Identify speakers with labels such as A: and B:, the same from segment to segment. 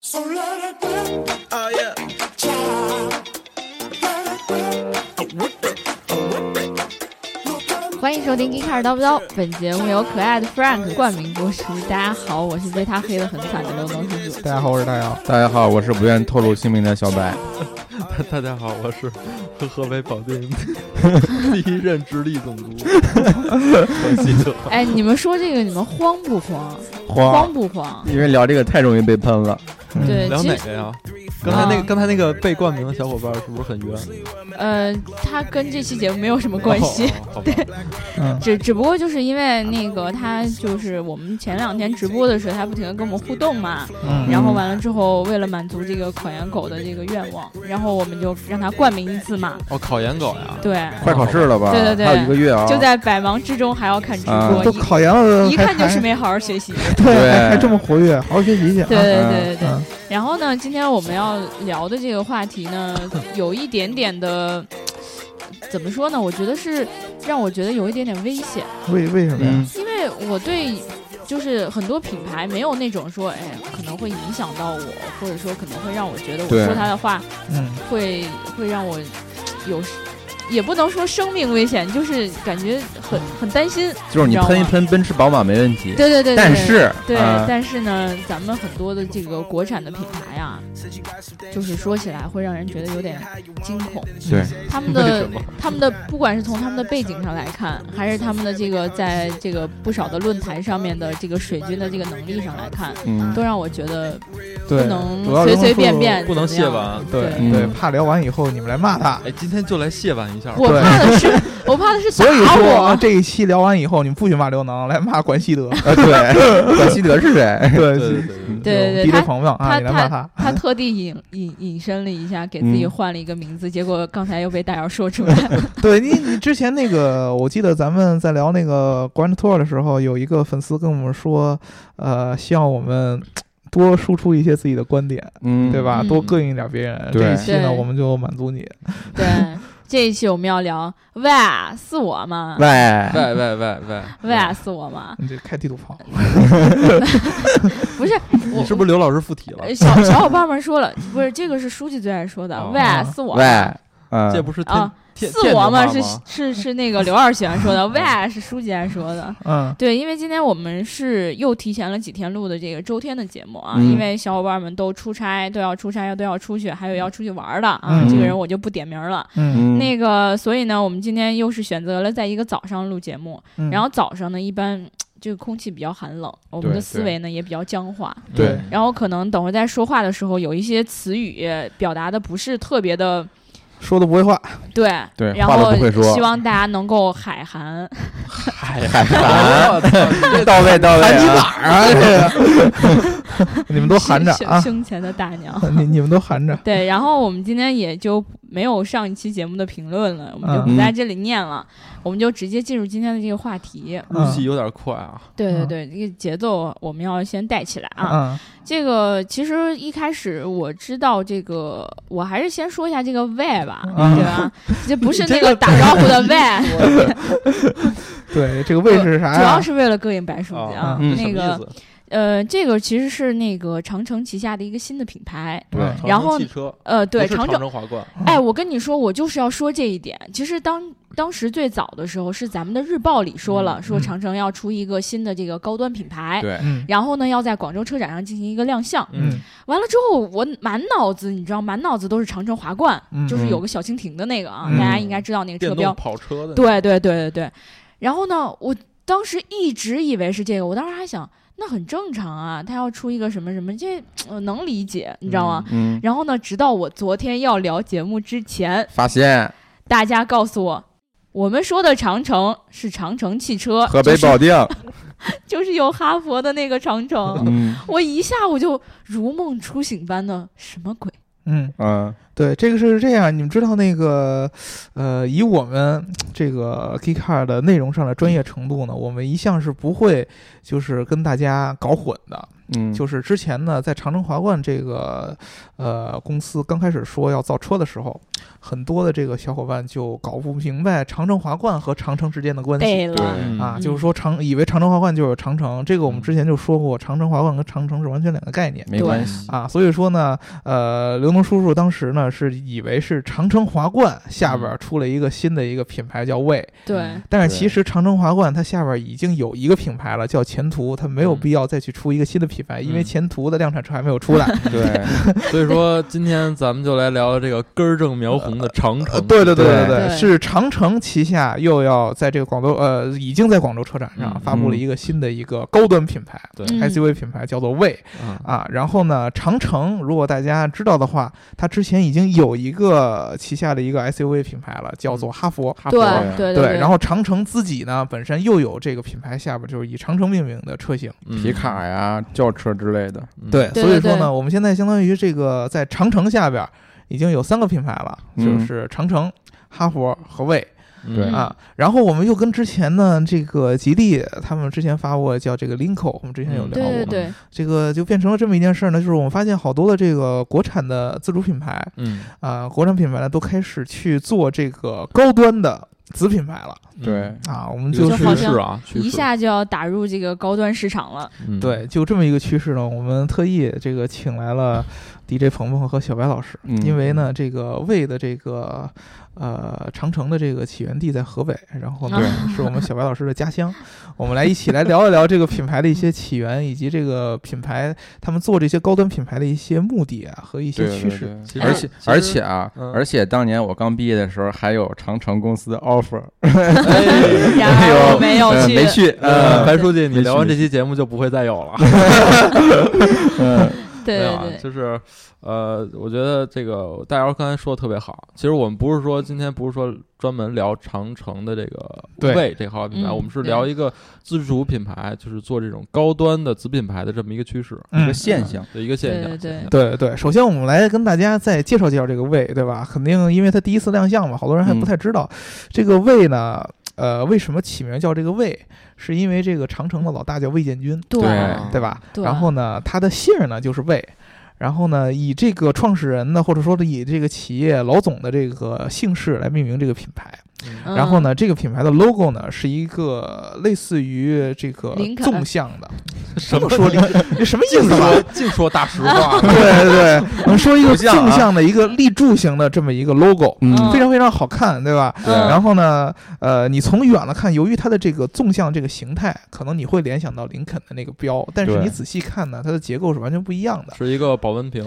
A: So let it whip,
B: Oh yeah,
A: child. Let it whip,
B: I whip it, I whip it.
A: look at
C: 欢迎收听《一开始叨不叨》，本节目由可爱的 Frank 冠名播出。大家好，我是被他黑的很惨的刘能叔叔。
D: 大家好，我是大 姚。
E: 大家好，我是不愿透露姓名的小白。
F: 大家好，我是河北保定第一任直隶总督，我记得
C: 哎，你们说这个，你们慌不慌？
E: 慌，
C: 不慌？
E: 因为聊这个太容易被喷了。
C: 对，
F: 聊
C: 哎其
F: 哪
C: 实
F: 个呀？刚才那
C: 啊
F: 个刚才那个被冠名的小伙伴是不是很冤？
C: 呃，它跟这期节目没有什么关系，
F: 哦， 好吧，
D: 嗯，
C: 只只不过就是因为那个他就是我们前两天直播的时候，他不停的跟我们互动嘛，
D: 嗯
C: 然后完了之后，为了满足这个考研狗的这个愿望，然后我们就让他冠名一次嘛，
F: 哦，考研狗呀，
C: 对，
E: 快考试了吧？
C: 对对对
E: 还有一个月啊。
C: 就在百忙之中还要看直
E: 啊
C: 播，
D: 嗯都
C: 一
D: 考研了，
C: 一
D: 还
C: 看就是
D: 还
C: 没好好学习。
D: 对，
E: 对
D: 还还这么活跃，好好学习去啊。
C: 对对对对对。
D: 嗯
C: 然后呢，今天我们要聊的这个话题呢，有一点点的，怎么说呢？我觉得是让我觉得有一点点危险，
D: 为为什么呀？
E: 嗯，
C: 因为我对。就是很多品牌没有那种说，哎，可能会影响到我，或者说可能会让我觉得我
E: 对
C: 说他的话
D: 嗯，
C: 会会让我有，也不能说生命危险，就是感觉很很担心。
E: 就是你
C: 知道吗
E: 喷一喷奔驰、宝马没问题，
C: 对对对对对
E: 但是
C: 对，
E: 啊
C: 但是呢，咱们很多的这个国产的品牌呀，就是说起来会让人觉得有点惊恐。
E: 对，
C: 他们
F: 为
C: 的
F: 什么
C: 他们的不管是从他们的背景上来看，还是他们的这个在这个不少的论坛上面的这个水军的这个能力上来看，
E: 嗯
C: 都，让我觉得不
D: 对，
C: 能
D: 主要
C: 随
D: 刘能
C: 随
D: 叔
C: 便
D: 叔。
C: 便
F: 不能
C: 怎么
F: 卸
C: 样。啊
F: 完。
D: 对
C: 对
E: 嗯
D: 对，怕聊完以后你们来骂他。
F: 哎，今天就来卸完一下吧。
C: 我
D: 对
C: 怕的是，我怕的是打
D: 所以说啊
C: 我。
D: 这一期聊完以后，你们不许骂刘能，来骂管希德。
E: 呃，对， 管希德是谁？
D: 对
F: 对对对对对，
C: 对对
D: 敌
C: 对，
D: 对
C: 他
D: 朋友啊，
C: 他
D: 你来骂他。
C: 他特地隐隐隐身了一下，给自己
E: 嗯
C: 换了一个名字，结果刚才又被大姚说出来了。
D: 对你，你之前那个，我记得咱们在聊那个 Grand Tour 的时候，有一个粉丝跟我们说，呃，希望我们多输出一些自己的观点，
E: 嗯，
D: 对吧？
C: 嗯
D: 多膈应一点别人。
E: 对
D: 这一期呢，
C: 对
D: 我们就满足你。
C: 对，这一期我们要聊，喂，啊是我吗？
E: 喂，
F: 喂喂喂喂，
C: 喂，啊是我吗？
D: 你这开地图炮。
C: 不是，我
F: 你是不是刘老师附体了？
C: 呃小小伙伴们说了，不是这个是书记最爱说的，
F: 哦
C: 喂，啊是我
E: 喂，啊
F: 这，不是天
C: 啊，
F: 天
C: 是我吗？
F: 天
C: 是
F: 津
C: 是是那个刘二喜欢说的，喂，啊是书记爱说的。
D: 嗯，
C: 对，因为今天我们是又提前了几天录的这个周天的节目啊，
E: 嗯
C: 因为小伙伴们都出差，都要出差，都要出去，还有要出去玩儿的啊。
D: 嗯
C: 这个人我就不点名儿了。
D: 嗯，
E: 嗯
C: 那个，所以呢，我们今天又是选择了在一个早上录节目，
D: 嗯
C: 然后早上呢，一般这个空气比较寒冷，我们
E: 对
C: 的思
E: 对
C: 维呢也比较僵化，
E: 对
C: 然后可能等会儿在说话的时候，有一些词语表达的不是特别的
D: 说的不 会话，
C: 对，
E: 对
C: 然
E: 话都
C: 后
E: 不会说
C: 希望大家能够海涵。
E: 海海涵，到位到位
D: 喊你
E: 啊，
D: 哪儿啊？这个，你们都含着
C: 胸
D: 啊，
C: 胸前的大娘。
D: 你你们都含着。
C: 对，然后我们今天也就没有上一期节目的评论了，我们就
D: 嗯
C: 不在这里念了，我们就直接进入今天的这个话题。
F: 入戏有点快啊。
C: 对对
D: 嗯
C: 对，这个节奏我们要先带起来啊。
D: 嗯
C: 这个其实一开始我知道这个，我还是先说一下这个 why 吧，
D: 嗯
C: 对 吧？这不是那
D: 这个
C: 个打招呼 的 why，
D: 嗯对，这个位置是啥
C: 主要
D: 呀？
C: 是为了膈应白书记啊
D: 哦。
C: 那
E: 嗯
F: 什
C: 个
F: 么意思
C: 呃，这个其实是那个长城旗下的一个新的品牌。
E: 对
D: 嗯
C: 然
F: 长城
C: 后
F: 汽车
C: 呃，对，
F: 不是
C: 长
F: 长
C: 城，
F: 城华冠，
C: 哎，我跟你说，我就是要说这一点。其实当当时最早的时候，是咱们的日报里说了，说
D: 嗯
C: 长城要出一个新的这个高端品牌，
E: 对，
D: 嗯
C: 然后呢，要在广州车展上进行一个亮相。
D: 嗯
C: 完了之后，我满脑子你知道，满脑子都是长城华冠，
D: 嗯，
C: 就是有个小蜻蜓的那个啊，
D: 嗯
C: 大家应该知道那个
F: 电
C: 车
F: 动
C: 标。
F: 跑车的，
C: 对对对对对。然后呢，我当时一直以为是这个，我当时还想，那很正常啊，他要出一个什么什么，这、呃能理解，你知道吗？
E: 嗯，
C: 然后呢，直到我昨天要聊节目之前，
E: 发现
C: 大家告诉我。我们说的长城是长城汽车，
E: 河北保定，
C: 就是、就是有哈佛的那个长城。
E: 嗯
C: 我一下我就如梦初醒般的，什么鬼？
D: 嗯，
E: 嗯，
D: 对，这个是这样，你们知道那个，呃，以我们这个 k i c a r 的内容上的专业程度呢，我们一向是不会就是跟大家搞混的。
E: 嗯，
D: 就是之前呢，在长城华冠这个呃公司刚开始说要造车的时候，很多的这个小伙伴就搞不明白长城华冠和长城之间的关系。
C: 对了，
E: 对
D: 啊，
C: 嗯
D: 就是说长以为长城华冠就是长城，这个我们之前就说过，长城华冠跟长城是完全两个概念。
E: 没
F: 哎
E: 关系，
D: 啊，所以说呢，呃，刘能叔叔当时呢是以为是长城华冠下边儿出了一个新的一个品牌叫魏，
C: 对，嗯
D: 但是
E: 对
D: 其实长城华冠它下边儿已经有一个品牌了，叫前途，它没有
F: 嗯
D: 必要再去出一个新的品牌，因为
F: 嗯
D: 前途的量产车还没有出来。
E: 对，
F: 所以说今天咱们就来聊聊这个根正苗红的长
D: 呃
F: 城。
D: 对对对
E: 对
C: 对
D: 是长城旗下又要在这个广州呃，已经在广州车展上
F: 嗯
D: 发布了一个新的一个高端品牌。
F: 对
C: 嗯
D: SUV 品牌叫做魏，
F: 啊，
D: 啊，然后呢，长城如果大家知道的话，它之前已经有一个旗下的一个 SUV 品牌了，叫做哈佛。哈
C: 对
D: 佛
C: 对
D: 对
C: 对，
D: 然后长城自己呢，本身又有这个品牌下边就是以长城命名的车型。
F: 嗯
E: 皮卡呀、轿车之类的，
F: 嗯
C: 对
D: 所以说
C: 对
D: 呢，我们现在相当于这个在长城下边已经有三个品牌了，就
E: 嗯
D: 是长城、哈佛和魏。
E: 对
F: 嗯
D: 啊，然后我们又跟之前呢，这个吉利他们之前发过叫这个 Linko，我们之前有聊
F: 嗯
C: 对
D: 过，
C: 对对，
D: 这个就变成了这么一件事儿呢，就是我们发现好多的这个国产的自主品牌
F: 嗯，
D: 啊、国产品牌呢都开始去做这个高端的子品牌了
F: 嗯
E: 对，
D: 啊，我们
F: 这
D: 就
F: 个
D: 是
C: 好
F: 趋
C: 像
F: 势啊，趋势
C: 一下就要打入这个高端市场了。
F: 嗯
D: 对，就这么一个趋势呢，我们特意这个请来了 DJ 鹏鹏和小白老师，
E: 嗯
D: 因为呢，这个魏的这个呃长城的这个起源地在河北，然后呢
E: 对
D: 是我们小白老师的家乡，我们来一起来聊一聊这个品牌的一些起源，以及这个品牌他们做这些高端品牌的一些目的啊和一些
E: 对
D: 趋势。，
F: 其
E: 对对而
F: 实
E: 且
F: 其实
E: 而且啊
F: 嗯，
E: 而且当年我刚毕业的时候，还有长城公司的 offer，
C: 然
E: 哎
C: 而
E: 呦
C: 我没有
E: 呃
C: 去，
E: 没去，
F: 呃，
E: 呃
F: 白书记，你
E: 没
F: 聊完
E: 事
F: 这期节目就不会再有了。
E: 嗯
C: 对
F: 没有啊
C: 对，对，
F: 就是呃，我觉得这个大姚刚才说的特别好。其实我们不是说今天不是说专门聊长城的这个
D: 对
F: 魏这号品牌，
C: 嗯
F: 我们是
C: 对
F: 聊一个自主品牌，就是做这种高端的子品牌的这么一个趋势
E: 一
D: 嗯
E: 个，现象，
F: 的一个现
C: 对
F: 象。
C: 对
F: 现象
D: 对对，首先我们来跟大家再介绍介绍这个魏，对吧？肯定因为它第一次亮相嘛，好多人还不
E: 嗯
D: 太知道、这个魏呢。呃，为什么起名叫这个魏？是因为这个长城的老大叫魏建军，
C: 对
E: 对
D: 对吧？
C: 对
D: 然后呢，他的姓儿呢就是魏，然后呢，以这个创始人呢，或者说是以这个企业老总的这个姓氏来命名这个品牌。
F: 嗯
C: 嗯
D: 然后呢，这个品牌的 logo 呢是一个类似于这个
C: 林肯
D: 纵向的，
F: 什么
D: 说林这什么意
F: 净
D: 思吧？，
F: 说净说大实 话
D: 对对对，能说一个
E: 不像啊
D: 纵向的一个立柱型的这么一个 logo，
C: 嗯
D: 非常非常好看，对吧？
E: 对
C: 嗯
D: 然后呢，呃，你从远了看，由于它的这个纵向这个形态，可能你会联想到林肯的那个标，但是
E: 对
D: 你仔细看呢，它的结构是完全不一样的。
F: 是一个保温瓶，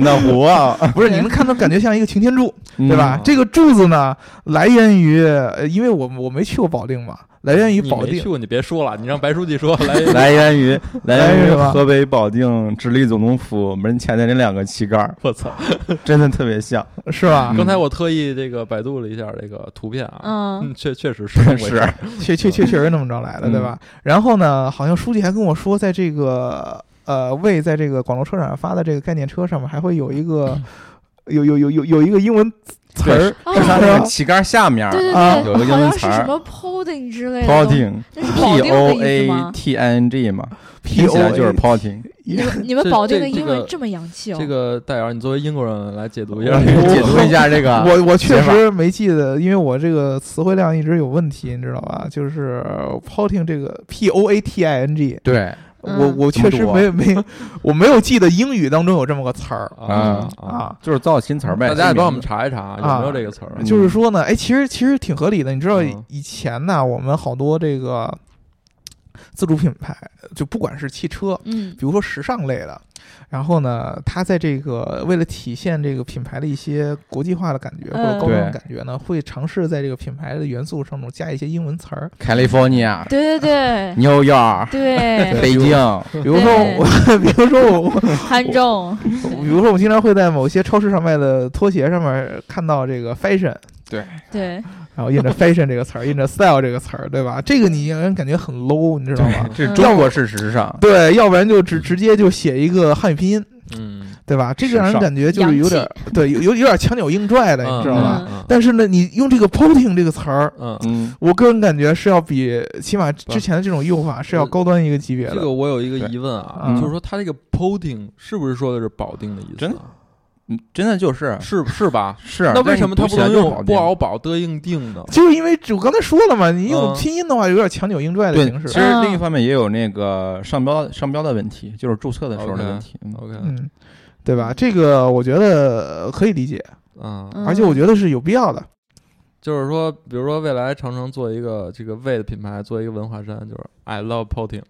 E: 暖壶啊， 嗯
D: 不是，
C: 对
D: 你能看到感觉像一个擎天柱，
E: 对
D: 对吧？这个柱子呢，来源于，呃因为我我没去过保定嘛，来源于
F: 你
D: 保
F: 没
D: 定哎
F: 去。过，你别说了，你让白书 记说来。
E: 来源于
D: 来
E: 来
D: 源于
E: 源于
D: 什么
E: 河北保定直隶总统府门前的那两个旗杆儿，
F: 我操！
E: 真的特别像，
D: 是吧？
F: 刚才我特意这个百度了一下这个图片啊，
C: 嗯，
F: 确确实是这么回事
E: 是
F: 儿，
D: 确确确确实那么着来的，
E: 嗯
D: 对吧？然后呢，好像书记还跟我说，在这个呃魏在这个广州车展上发的这个概念车上面，还会有一个
E: 嗯
D: 有有有有有一个英文词儿，
C: 哦
E: 是它那个旗杆下面儿
C: 对对
D: 啊
C: 对，
E: 有个英
C: 好
E: 文
C: 像
E: 词
C: 是什
E: 儿
C: 么 poding 之类的东西，
E: ，potting。
C: 那是保
E: P
C: 定的
E: O
C: 意思
E: A
C: 吗？
E: T I N G 嘛，
D: P
E: 听起
D: O
E: 来就是 potting，
C: 你们你们
F: 这
C: 保定的
F: 这
C: 英
F: 这
C: 文
F: 个
C: 这么洋气哦
F: 这？个戴尔，你作为英国人来解
D: 哦
F: 读一下
E: 要
F: 这
E: 是
F: 个
D: 我
E: 解读一下这个，
D: 我我确
E: 写法
D: 实没记得，因为我这个词汇量一直有问题，你知道吧？就是 potting 这个 p o a t i n g，
E: 对，
C: 嗯
D: 我我确实
E: 怎么读啊
D: 没没我没有记得英语当中有这么个词儿
E: 啊
F: 啊！
D: 啊。
E: 就是造新词儿呗。
F: 大家也
E: 新名
F: 帮我们
E: 字
F: 查一查
D: 啊
F: 有没有这个词儿。
D: 就是说呢，哎，其实其实挺合理的。你知道
F: 嗯
D: 以前呢，我们好多这个自主品牌，就不管是汽车，
C: 嗯
D: 比如说时尚类的，然后呢，它在这个为了体现这个品牌的一些国际化的感觉或
C: 嗯
D: 者高端的
E: 对
D: 感觉呢，会尝试在这个品牌的元素上面加一些英文词儿，
E: California、
C: 对对对
E: New York、
C: 对，
E: 北京，
D: 比如说 我，比如说我，
C: 憨重，
D: 比如说我经常会在某些超市上卖的拖鞋上面看到这个 fashion，
C: 对，
D: 然后印着 fashion 这个词儿，印着 style 这个词儿，对吧？这个你让人感觉很 low，你知道吗？
E: 嗯这是中国式时尚。
D: 对，要不然就直直接就写一个汉语拼音，
F: 嗯，
D: 对吧？这个让人
E: 时尚
D: 感觉就是有点对，有有有点强扭硬拽的，你知道吧？
C: 嗯
F: 但
D: 但是呢，你用这个 “poting” 这个词儿，
F: 嗯，
E: 嗯，
D: 我个人感觉是要比起码之前的这种用法是要高端一个级别
F: 这
D: 的。
F: 个我有一个
E: 对
F: 疑问啊，
D: 嗯
F: 就是说他这个 “poting” 是不是说的是保定的意思啊？
E: 真的嗯真的就是
F: 是是吧？
E: 是。
F: 那
E: 但
F: 为
E: 是
F: 什么
E: 你
F: 他
E: 读
F: 不
E: 起来
F: 能
E: 就
F: 用
E: 保
F: 不
E: 定
F: 熬保的应定呢？
D: 就是因为我刚才说了嘛，你用
F: 嗯
D: 拼音的话有点强扭硬拽的
E: 对
D: 形，
E: 其
D: 式。
E: 实
C: 嗯
E: 另一方面也有那个上标上标的问题，就是注册的时候的问题。嗯
F: OK，
D: 嗯，对吧？这个我觉得呃可以理解，
F: 啊，
C: 嗯
D: 而且我觉得是有必要的。
F: 就是说，比如说未来长城做一个这个魏的品牌，做一个文化衫，就是 I love poting。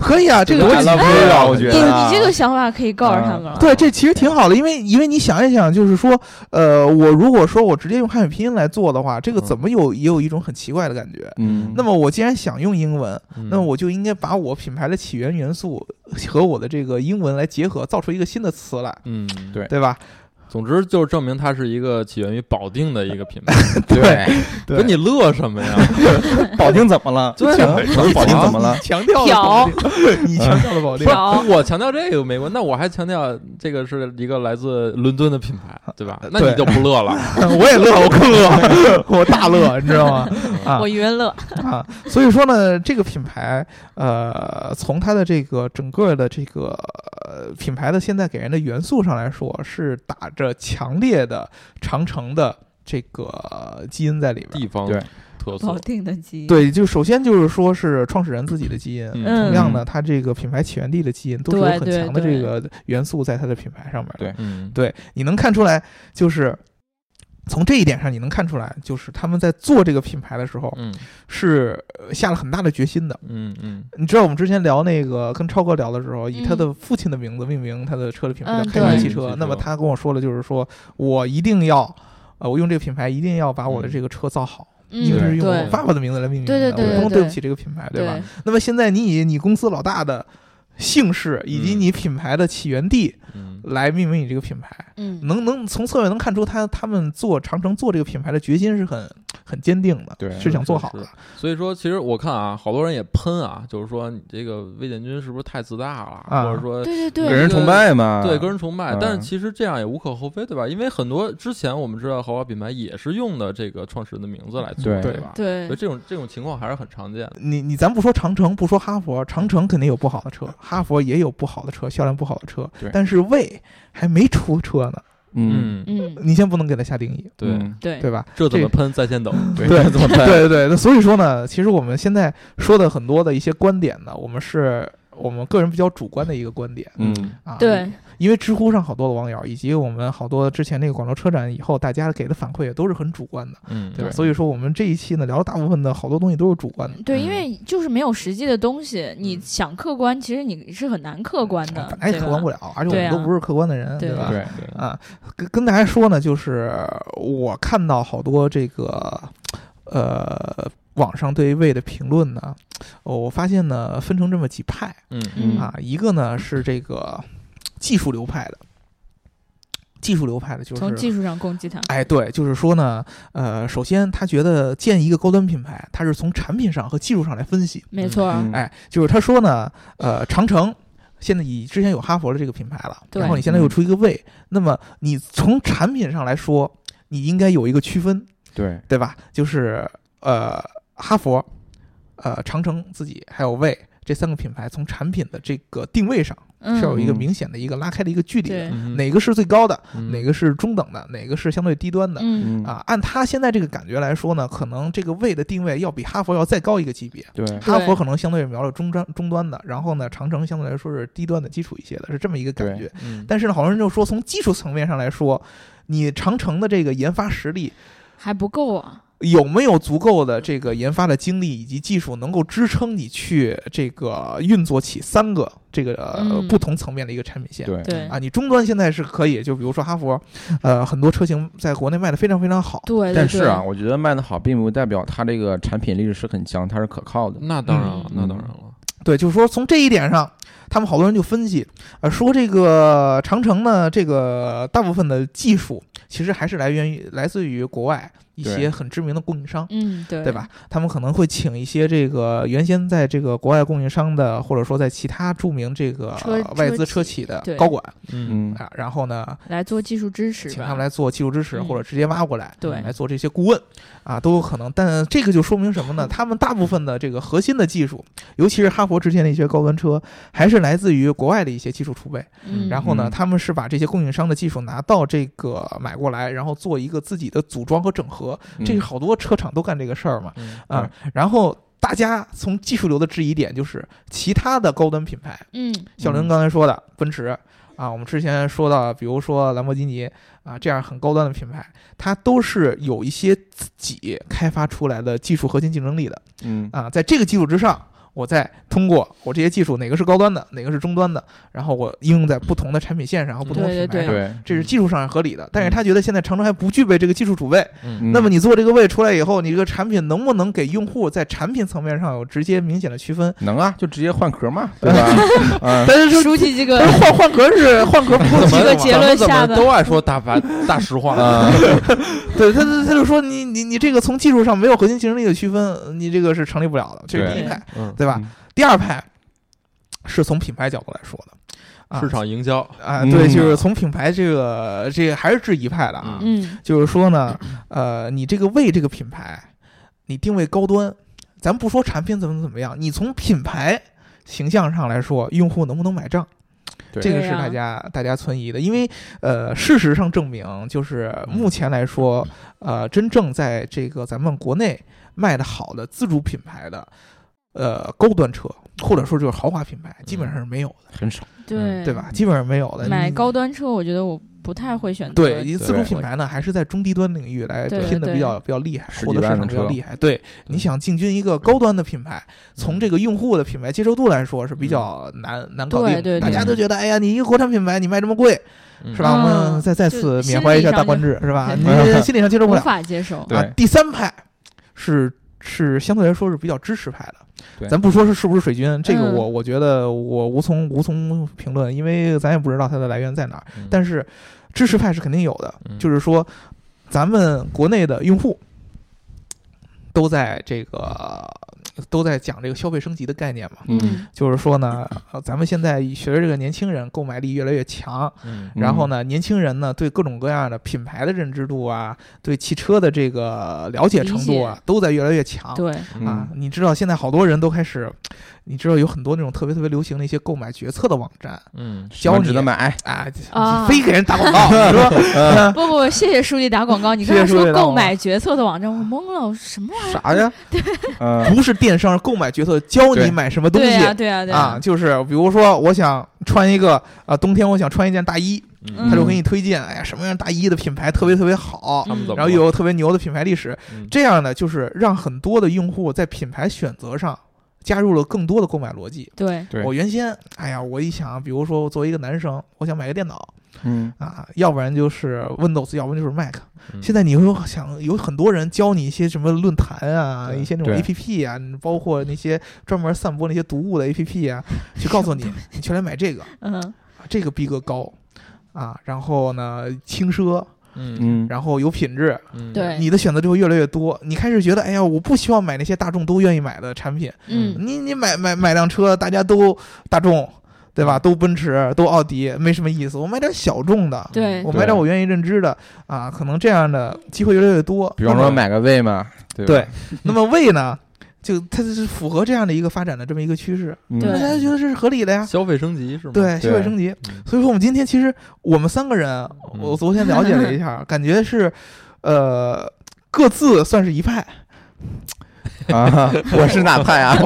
D: 可以啊，这个
E: 我
D: 我
E: 拉不了，我觉
C: 对
E: 得啊
C: 你这个想法可以告诉他们了。
D: 对，这其实挺好的，因为因为你想一想，就是说，呃，我如果说我直接用汉语拼音来做的话，这个怎么有也有一种很奇怪的感觉。
E: 嗯，
D: 那么我既然想用英文，
F: 嗯
D: 那我就应该把我品牌的起源元素和我的这个英文来结合，造出一个新的词来，
F: 嗯，
E: 对
D: 对吧？
F: 总之就是证明它是一个起源于保定的一个品牌。
E: 对，
D: 对
F: 跟你乐什么呀？
E: 保定怎么了？
F: 对
E: 强不是啊保定怎么了？
D: 强调了保定，你强调了保定，
C: 条
F: 我强调这个没关，那我还强调这个是一个来自伦敦的品牌，对
E: 呃
F: 吧？那你就不 乐了。
D: 我也乐，我更乐，我大乐，你知道吗？啊
C: 我余文乐，
D: 啊，所以说呢，这个品牌，呃，从它的这个整个的这个、呃、品牌的现在给人的元素上来说，是打着强烈的长城的这个基因在里边儿。
F: 地方
E: 对
F: 特色
C: 保，定的基因，
D: 对，就首先就是说是创始人自己的基因，
C: 嗯
D: 同样呢，它这个品牌起源地的基因都是有
C: 对
D: 很
C: 对
D: 强的
C: 对
D: 这个元素在它的品牌上面的。
E: 对
F: 嗯，
D: 对，你能看出来，就是从这一点上，你能看出来，就是他们在做这个品牌的时候
F: 嗯
D: 是呃下了很大的决心的。
F: 嗯嗯
D: 你知道我们之前聊那个跟超哥聊的时候，以他
C: 嗯
D: 的父亲的名字命名他的车的品牌
C: 嗯
D: 叫开元
C: 对
D: 汽
F: 开元汽
D: 车
F: 车。
D: 那么他跟我说了，就是说我一定要，呃，我用这个品牌一定要把我的这个车造好，
C: 嗯，
D: 因为是用我
C: 对
D: 爸爸的名字来命名
C: 对对
D: 的，
C: 对
D: 我
C: 对
D: 不能
C: 对
D: 对不起这个品牌，对吧？
C: 对
D: 那么现在你以你公司老大的姓氏以及
F: 嗯
D: 你品牌的起源地
F: 嗯
D: 来命名你这个品牌，
C: 嗯，
D: 能能从侧面能看出他他们做长城做这个品牌的决心是很很坚定的，
E: 对
D: 是想做好
F: 是
D: 的
F: 是。所以说，其实我看啊，好多人也喷啊，就是说你这个魏建军是不是太自大了，
D: 啊
F: 或者说
C: 对对
E: 给
C: 对，
E: 人崇拜嘛？
F: 对个人崇拜。
E: 嗯
F: 但是其实这样也无可厚非，对吧？因为很多之前我们知道豪华品牌也是用的这个创始人的名字来做，
E: 对
F: 对吧？
C: 对
F: 所以这种这种情况还是很常见的。
D: 你你咱不说长城，不说哈佛，长城肯定有不好的车，哈佛也有不好的车，销量不好的车
E: 对，
D: 但是魏还没出车呢，
E: 嗯，
C: 嗯，
D: 你先不能给它下定义，
F: 对，
E: 嗯
C: 对，
D: 对吧？
F: 这怎么
D: 这
F: 喷在线等？
E: 对
D: 对
E: 怎么办？
D: 对对对，那所以说呢，其实我们现在说的很多的一些观点呢，我们是我们个人比较主观的一个观点
E: 嗯，
D: 啊，
C: 对，
D: 因为知乎上好多的网友，以及我们好多之前那个广州车展以后，大家给的反馈也都是很主观的，
F: 嗯，
D: 对吧？
E: 对
D: 所以说我们这一期呢，聊的大部分的好多东西都是主观的，
C: 对，因为就是没有实际的东西，
D: 嗯
C: 你想客观，其实你是很难客观的，
D: 本来也
C: 嗯对
D: 客
C: 吧
D: 观不了，而且嗯哎我
C: 对
D: 们
C: 啊
D: 都不是客观的人，
C: 对
D: 吧？
E: 对，
F: 对，
D: 啊，跟跟大家说呢，就是我看到好多这个呃网上对魏的评论呢，我发现呢分成这么几派
F: 嗯
C: 嗯
D: 啊，一个呢是这个技术流派的，技术流派的就
C: 从技
D: 是。
C: 术上攻击他，
D: 哎，对，就是说呢，呃，首先他觉得建一个高端品牌，他是从产品上和技术上来分析。
C: 没错儿，
E: 嗯
D: 哎，就是他说呢，呃，长城现在以之前有哈佛的这个品牌了，
C: 对嗯
D: 然后你现在又出一个魏，那么你从产品上来说，你应该有一个区分，
E: 对，
D: 对吧？就是呃，哈佛、呃，长城自己还有魏这三个品牌，从产品的这个定位上
C: 嗯
D: 是要有一个
E: 嗯
D: 明显的一个拉开的一个距离的，
C: 对，
F: 嗯
D: 哪个是最高的，哪
F: 个
D: 个是中等的，哪个是相对低端的。
C: 嗯，
E: 嗯，
D: 啊，按他现在这个感觉来说呢，可能这个魏的定位要比哈佛要再高一个级别，
E: 对，
D: 哈
C: 对
D: 佛可能相对是瞄着中端中端的，然后呢，长城相对来说是低端的基础一些的，是这么一个感觉。
F: 嗯
D: 但是呢，好多人就说从技术层面上来说，你长城的这个研发实力
C: 还不够啊，
D: 有没有足够的这个研发的精力以及技术，能够支撑你去这个运作起三个这个、呃
C: 嗯
D: 不同层面的一个产品线？
E: 对，
C: 对
D: 啊，你终端现在是可以，就比如说哈佛，呃，很多车型在国内卖的非常非常好。
C: 对，对
E: 但是啊，
C: 对
E: 我觉得卖的好，并不代表它这个产品力是很强，它是可靠的。
F: 那当然了
C: 嗯，
F: 那当然了，
D: 对，就是说从这一点上，他们好多人就分析，呃，说这个长城呢，这个大部分的技术其实还是来源于来自于国外，一
E: 对
D: 些很知名的供应商。
C: 嗯，对，
D: 对吧？？他们可能会请一些这个原先在这个国外供应商的，或者说在其他著名这个
C: 车
D: 外
C: 车
D: 资
C: 企
D: 车企的
C: 对
D: 高管
F: 嗯，
E: 嗯
D: 啊，然后呢，
C: 来做技术支持
D: 请
C: 吧，
D: 他们来做技术支持，
C: 嗯
D: 或者直接挖过来，嗯
C: 对
D: 来做这些顾问啊，都有可能。但这个就说明什 么呢？他们大部分的这个核心的技术，尤其是哈佛之前的一些高端车，还是来自于国外的一些技术储备。
C: 嗯，
D: 然后呢，
E: 嗯
D: 他们是把这些供应商的技术拿到这个买过来，然后做一个自己的组装和整合。
E: 嗯
D: 这好多车厂都干这个事儿嘛。
F: 嗯
D: 啊，然后大家从技术流的质疑点就是其他的高端品牌，
C: 嗯，
D: 小林刚才说的奔驰啊，我们之前说到，比如说兰博基尼啊，这样很高端的品牌，它都是有一些自己开发出来的技术核心竞争力的
E: 嗯
D: 啊，在这个基础之上。我再通过我这些技术，哪个是高端的，哪个是中端的，然后我应用在不同的产品线上和不同的
C: 对
D: 品
C: 对
D: 牌上，
E: 对，
D: 这是技术上是合理的。但是他觉得现在长城还不具备这个技术储备，
E: 嗯
D: 那么你做这个位出来以后，你这个产品能不能给用户在产品层面上有直接明显的区分？
E: 能啊，就直接换 壳嘛，对吧？啊，
D: 但是说
C: 书记这 个
D: 但是换换壳是换壳不够
F: 怎
D: 清
C: 这
F: 么
C: 个
D: 楚
C: 结
D: 嘛？
F: 咱们
C: 论
F: 怎
C: 下
F: 么
C: 的
F: 都爱说大白大实话？
E: 啊，
D: 对，他他他就说你你你这个从技术上没有核心竞争力的区分，你这个是成立不了的，这是第一
C: 对
D: 派，
F: 嗯，
D: 对吧？
E: 嗯
D: 第二派是从品牌角度来说的，啊
F: 市场营销，
D: 啊，对，
E: 嗯
D: 就是从品牌这个这个还是质疑派的啊，
C: 嗯
D: 就是说呢，呃，你这个为这个品牌，你定位高端，咱不说产品怎么怎么样，你从品牌形象上来说，用户能不能买账？
F: 对
D: 这个
C: 对
D: 是
C: 呀
D: 大家、大家存疑的，因为呃，事实上证明，就是目前来说，呃，真正在这个咱们国内卖的好的自主品牌的，呃，高端车或者说就是豪华品牌，基本上是没有的，
E: 很少，
C: 对
D: 对吧？？基本上没有的。
C: 买
D: 你
C: 高端车，我觉得我不太会选择。
D: 对，因为自主
E: 对
D: 品牌呢，还是在中低端领域来
C: 对
D: 拼的
C: 对嗯
D: 比较比较厉害，
E: 十
D: 获
E: 几
D: 得市
E: 万
D: 场
E: 的
D: 比较
E: 车
D: 厉害。对，你想进军一个高端的品牌，
E: 嗯
D: 从这个用户的品牌接受度来说是比较难难搞定
C: 对对
D: 的。大家
E: 对
D: 都觉得，哎呀，你一个国产品牌，你卖这么贵，
F: 嗯
D: 是吧？我
C: 嗯
D: 们再再
C: 就
D: 次
C: 心
D: 缅怀一
C: 理
D: 下
C: 上
D: 大
C: 就
D: 官制，是吧？你
E: 嗯
D: 心理上接受不
C: 无
D: 了。
C: 法接受。
E: 对
D: 啊，第三派是是相对来说是比较支持派
E: 对
D: 的，咱不说是是不是水军，这个
C: 嗯
D: 我我觉得我无从无从评论，因为咱也不知道它的来源在哪儿。
F: 嗯
D: 但是支持派是肯定有的，
F: 嗯
D: 就是说咱们国内的用户都在这个都在讲这个消费升级的概念嘛，
E: 嗯，
D: 就是说呢，呃咱们现在随着这个年轻人购买力越来越强，
F: 嗯
D: 然后呢，年轻人呢对各种各样的品牌的认知度啊，对汽车的这个了解程度
C: 理
D: 啊，都在越来越强。
C: 对，
E: 嗯
D: 啊，，你知道现在好多人都开始，你知道有很多那种特别特别流行的一些购买决策的网站
F: 嗯，
E: 什么
D: 教你
E: 值得 买，
D: 啊，
C: 啊
D: 你非给人打广告，你说啊
C: 不不，谢谢书记打广告。你刚
D: 谢
C: 才
D: 谢书
C: 说
D: 记打
C: 购
D: 广告
C: 买决策的网站，我懵了，我什么玩意儿？
E: 啥呀？嗯
D: 不是电商，是购买决策教你
E: 对
D: 买什么东
C: 对
D: 西
C: 呀，对呀，对
D: 啊
C: 呀，，
D: 就是比如说我想穿一个啊，冬天我想穿一件大衣，
C: 嗯
D: 他就给你推荐，哎呀，什么样大衣的品牌特别特别好，
C: 嗯
F: 他们怎么
D: 然后又有特别牛的品牌历史，
F: 嗯
D: 这样呢，就是让很多的用户在品牌选择上加入了更多的购买逻辑。
C: 对，
E: 对
D: 我原先，哎呀，我一想，比如说我作为一个男生，我想买个电脑
E: 嗯
D: 啊，要不然就是 Windows，要不然就是 Mac。
F: 嗯
D: 现在你会想，有很多人教你一些什么论坛啊，
F: 对
D: 一些那种
E: 对
D: APP 啊，你包括那些专门散播那些毒物的 APP 啊，去告诉你，你全来买这个，
C: 嗯，
D: 啊这个逼格高啊，然后呢，轻奢，
F: 嗯
E: 嗯，
D: 然后有品质，
F: 嗯
C: 对
D: 你的选择就会越来越多。你开始觉得，哎呀，我不希望买那些大众都愿意买的产品。
C: 嗯，
D: 你你买买买辆车，大家都大众，对
C: 嗯
D: 吧？都奔驰，都奥迪，没什么意思。我买点小众的，
C: 对
D: 我买点我愿意认知的啊，可能这样的机会越来越多。
E: 比方
D: 那
E: 说
D: 么
E: 买个位嘛，对吧
D: 对，那么魏呢，就它就是符合这样的一个发展的这么一个趋势，
E: 嗯
C: 对
D: 那大家觉得这是合理的呀。
F: 消费升级是吗？
D: 对，消费升级。
E: 嗯
D: 所以说，我们今天其实我们三个人，我昨天了解了一下， 感觉是，呃，各自算是一派。
E: 啊，我是哪派啊？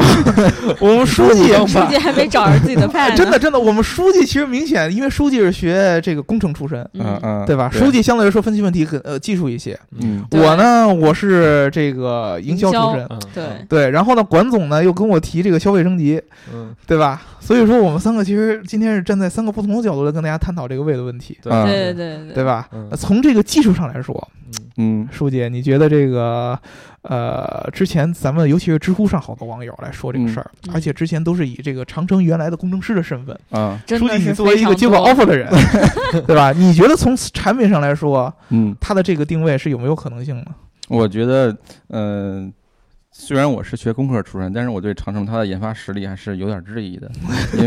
D: 我们书记哎
C: 书记还没找着自己的派呢，
D: 真的真的，我们书记其实明显，因为书记是学这个工程出身，
E: 嗯
C: 嗯，
E: 嗯，
D: 对吧？书记相对来说分析问题很呃技术一些。
E: 嗯，
C: 对
D: 我呢，我是这个营销出
C: 营
D: 身。
F: 嗯，
C: 对，
D: 对，然后呢，管总呢又跟我提这个消费升级，
F: 嗯，
D: 对吧？所以说我们三个其实今天是站在三个不同的角度来跟大家探讨这个位的问题，
F: 对
E: 嗯
C: 对对对
D: 对吧？
F: 嗯
D: 呃从这个技术上来说，
F: 嗯
E: 嗯
D: 书记，你觉得这个呃，之前咱们尤其是知乎上好多网友来说这个事儿，
C: 嗯嗯
D: 而且之前都是以这个长城原来的工程师的身份。
E: 啊
C: 真
D: 书
C: 的
D: 记，你
C: 是
D: 作为
C: 非
D: 一个
C: 常
D: 接过
C: 多
D: offer 的人，对吧？你觉得从产品上来说，
E: 嗯，
D: 它的这个定位是有没有可能性呢？
E: 我觉得，嗯、虽然我是学工科出身，但是我对长城它的研发实力还是有点质疑的，因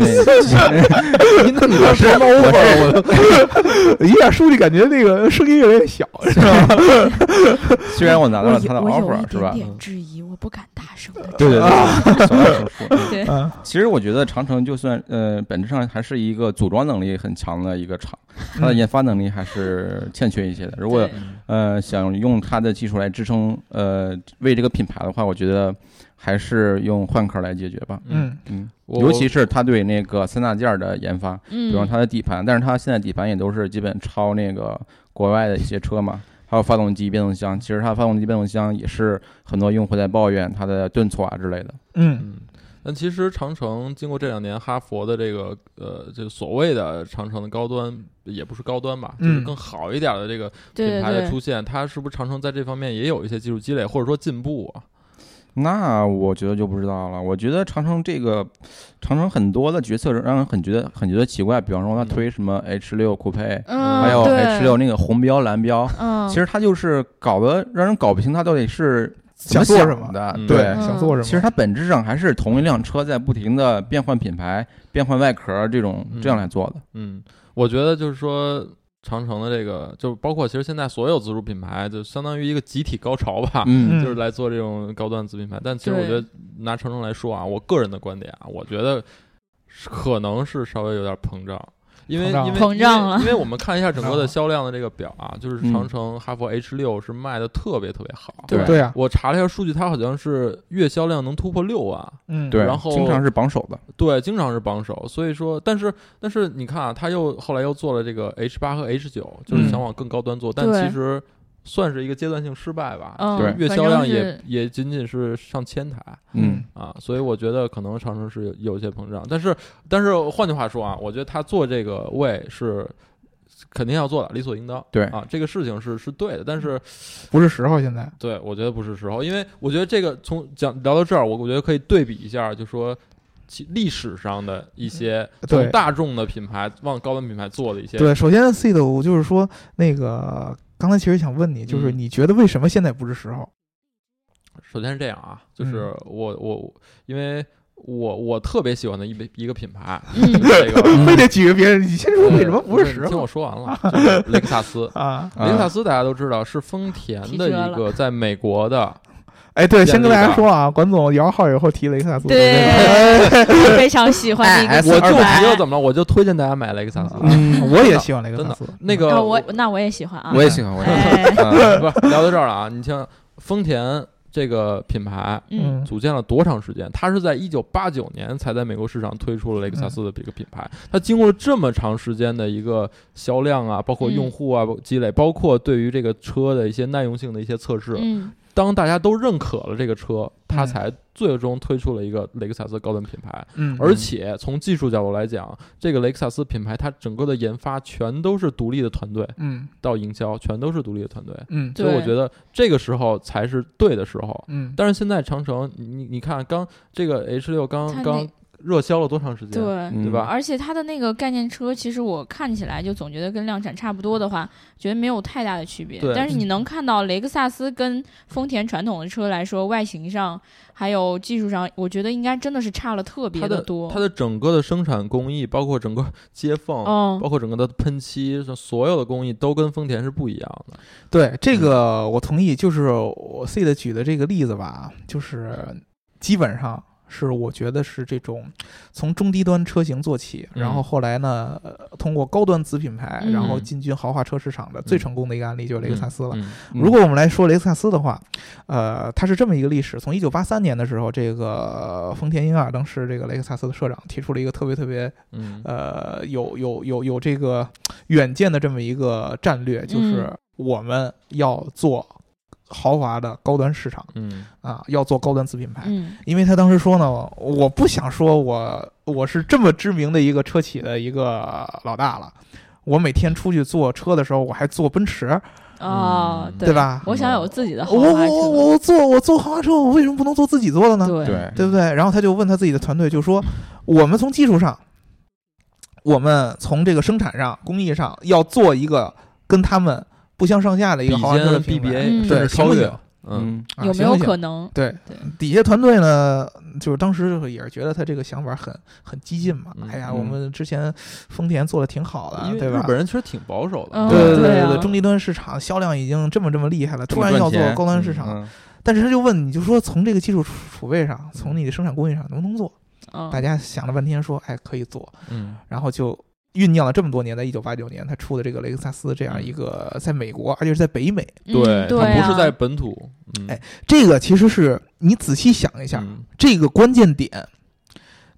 E: 为
D: 那你这什么 over？我一下说就感觉那个声音越来越小，是吧？
E: 虽然我拿
C: 我
E: 到
C: 有
E: 了它的
C: 我有一
E: offer，是
C: 点
E: 啊
C: 啊
E: 吧？
C: 点质疑，我不敢大声的。
E: 对对对，所有说说。
C: 对
D: 嗯
E: 其实我觉得长城就算呃，本质上还是一个组装能力很强的一个厂，它的研发能力还是欠缺一些的。如果
C: 对
F: 嗯
E: 呃想用它的技术来支撑呃为这个品牌的话，我觉得还是用换壳来解决吧。
D: 嗯，
E: 嗯，
F: 我
E: 尤其是它对那个三大件儿的研发，比
C: 嗯，
E: 方它的底盘，但是它现在底盘也都是基本抄那个国外的一些车嘛。还有发动机、变速箱，其实它发动机、变速箱也是很多用户在抱怨它的顿挫啊之类的。
D: 嗯
F: 嗯，但其实长城经过这两年哈佛的这个呃，这所谓的长城的高端，也不是高端吧，就是
D: 嗯
F: 更好一点的这个
C: 对对
F: 品牌的
C: 对
F: 出现，它是不是长城在这方面也有一些技术积累或者说进步啊？
E: 那我觉得就不知道了。我觉得长城这个，长城很多的决策让人很觉得很觉得奇怪。比方说，它
F: 嗯
E: 推什么 H 六酷配，
C: 嗯，
E: 还有
C: 对
E: H 六，那个红标蓝标，
C: 嗯，
E: 其实它就是搞得让人搞不清它到底是怎么
D: 想做
E: 想
D: 什么
E: 的。
F: 嗯
D: 对，
E: 对，
D: 想做什么？
E: 其实它本质上还是同一辆车在不停的变换品牌、变换外壳这种
F: 嗯
E: 这样来做的。
F: 嗯，我觉得就是说。长城的这个，就包括其实现在所有自主品牌，就相当于一个集体高潮吧，
E: 嗯
D: 嗯
F: 就是来做这种高端子品牌。但其实
C: 对
F: 我觉得拿长城来说啊，我个人的观点啊，我觉得是可能是稍微有点膨胀，因为
D: 膨胀
F: 因为
C: 膨胀了
F: 因为，因为我们看一下整
D: 膨
F: 个
D: 胀
F: 的
D: 了
F: 销量的这个表啊，就是
E: 嗯
F: 长城哈弗 H 六是卖的特别特别好。
E: 对
D: 对啊，
F: 我查了一下数据，它好像是月销量能突破六万，
D: 嗯，
E: 对，
F: 然后
E: 经常是榜首的。
F: 对，经常是榜首。所以说，但是但是你看啊，它又后来又做了这个 H 八和 H 九，就是
E: 嗯
F: 想往更高端做，但
C: 对
F: 其实算是一个阶段性失败吧。
C: 嗯
E: 对
F: 月
C: 反
F: 销
C: 正
F: 量也
C: 是
F: 也仅仅是上千台
E: 嗯，
F: 啊，所以我觉得可能长城是有有些膨胀，但是但是换句话说啊，我觉得他做这个位是肯定要做的，理所应当。
E: 对
F: 啊，这个事情是是对的，但是
D: 不是时候，现在
F: 对我觉得不是时候，因为我觉得这个从讲聊到这儿，我我觉得可以对比一下，就说其历史上的一些
D: 嗯对
F: 从大众的品牌往高端品牌做的一些
D: 对。首先，C 的我就是说那个。刚才其实想问你，就是
F: 嗯
D: 你觉得为什么现在不是时候？
F: 首先是这样啊，就是
D: 嗯
F: 我我因为我我特别喜欢的一一个品 牌，
C: 嗯
F: 这个。
D: 非得举个别人，你先说为什么不是时
F: 听
D: 候。
F: 我说完了，就是雷克萨斯
D: 啊？
E: 啊
F: 雷克萨斯大家都知道是丰田的一个在美国的，
D: 哎，对，
F: 建
D: 先跟
F: 立
D: 大家
F: 的
D: 说啊，管总摇号以后提雷克萨斯，
C: 对
D: 哎
C: 我非常喜欢的一
E: S
C: 个
F: 我
C: 品
F: 就
C: 牌
F: 急了，怎么了？我就推荐大家买雷克萨斯。
D: 嗯，我也喜欢雷克萨斯，
F: 那
C: 啊
F: 个
C: 我那我也喜欢啊，
E: 我也喜欢，我也喜
C: 哎
E: 欢。 啊
F: 不是聊到这儿了啊！你像丰田这个品牌
C: 嗯
F: 组建了多长时间？它是在一九八九年才在美国市场推出了雷克萨斯的这个品牌。
D: 嗯
F: 它经过了这么长时间的一个销量啊，包括用
D: 嗯
F: 户啊积累，包括对于这个车的一些耐用性的一些测试，
C: 嗯，
F: 当大家都认可了这个车，它
D: 嗯
F: 才最终推出了一个雷克萨斯高端品牌。
D: 嗯，
F: 而且从技术角度来讲，这个雷克萨斯品牌它整个的研发全都是独立的团队，
D: 嗯
F: 到营销全都是独立的团队，
D: 嗯
F: 所以我觉
C: 得
F: 得这个时候才是对的时候。
D: 嗯，
F: 但是现在长城，你你你看刚这个 H 六刚
C: 它那
F: 刚热销了多长时间？
C: 对。
E: 嗯
F: 对吧？
C: 而且它的那个概念车，其实我看起来就总觉得跟量产差不多的话，觉得没有太大的区别
F: 对。嗯
C: 但是你能看到雷克萨斯跟丰田传统的车来说，外形上还有技术上，我觉得应该真的是差了特别
F: 它的
C: 多。
F: 它的整个的生产工艺，包括整个 接缝，
C: 嗯
F: 包括整个的喷漆，所有的工艺都跟丰田是不一样的。
D: 对这
F: 嗯
D: 个我同意，就是我 C 的举的这个例子吧，就是基本上。是，我觉得是这种从中低端车型做起，
F: 嗯
D: 然后后来呢，呃通过高端子品牌，
C: 嗯
D: 然后进军豪华车市场的最成功的一个案例就是雷克萨斯了。
F: 嗯
D: 如果我们来说雷克萨斯的话，呃，它是这么一个历史：从一九八三年的时候，这个丰田英二当时这个雷克萨斯的社长提出了一个特别特别
F: 嗯
D: 呃有有有有这个远见的这么一个战略，
C: 嗯
D: 就是我们要做豪华的高端市场
F: 嗯
D: 啊，要做高端子品牌。
C: 嗯
D: 因为他当时说呢，我不想说我我是这么知名的一个车企的一个老大了，我每天出去坐车的时候，我还坐奔驰，
C: 哦，
F: 嗯
D: 对吧哦
C: 我想有自己的豪
D: 我
C: 华车。
D: 我我我坐我坐豪华车，我为什么不能坐自己坐的呢？
C: 对
E: 对，
D: 对不对？然后他就问他自己的团队，就说我们从技术上，我们从这个生产上、工艺上要做一个跟他们不相上下的一个
F: 比
D: 豪华车的
F: 肩
D: 品牌
C: 嗯
F: BBA 甚至
D: 对，行
F: 超
D: 不
F: 越
D: 行，？
F: 嗯，
D: 啊
C: 有没有
D: 行不行
C: 可能？
D: 对
C: 对，
D: 底下团队呢，就是当时也是觉得他这个想法很很激进嘛。
F: 嗯
D: 哎呀，
E: 嗯
D: 我们之前丰田做的挺好的
F: 因，为
D: 对
F: 日
D: 吧？
F: 本人其实挺保守的，
C: 嗯
D: 对对
C: 对
D: 对
C: 啊
D: 对，中低端市场销量已经这么这么厉害了，
E: 这
D: 突
E: 么
D: 然要做
E: 赚钱
D: 高端市场，
E: 嗯，
D: 但是他就问你就说从这个技术储储备上，从你的生产工艺上能不能做？
C: 嗯，
D: 大家想了半天说，哎，可以做，
F: 嗯
D: 然后就酝酿了这么多年，在一九八九年他出的这个雷克萨斯这样一个在美国，而且是在北美，
C: 嗯
F: 对，
C: 对
F: 它
C: 啊，
F: 不是在本土，嗯，
D: 哎这个其实是你仔细想一下，
F: 嗯
D: 这个关键点。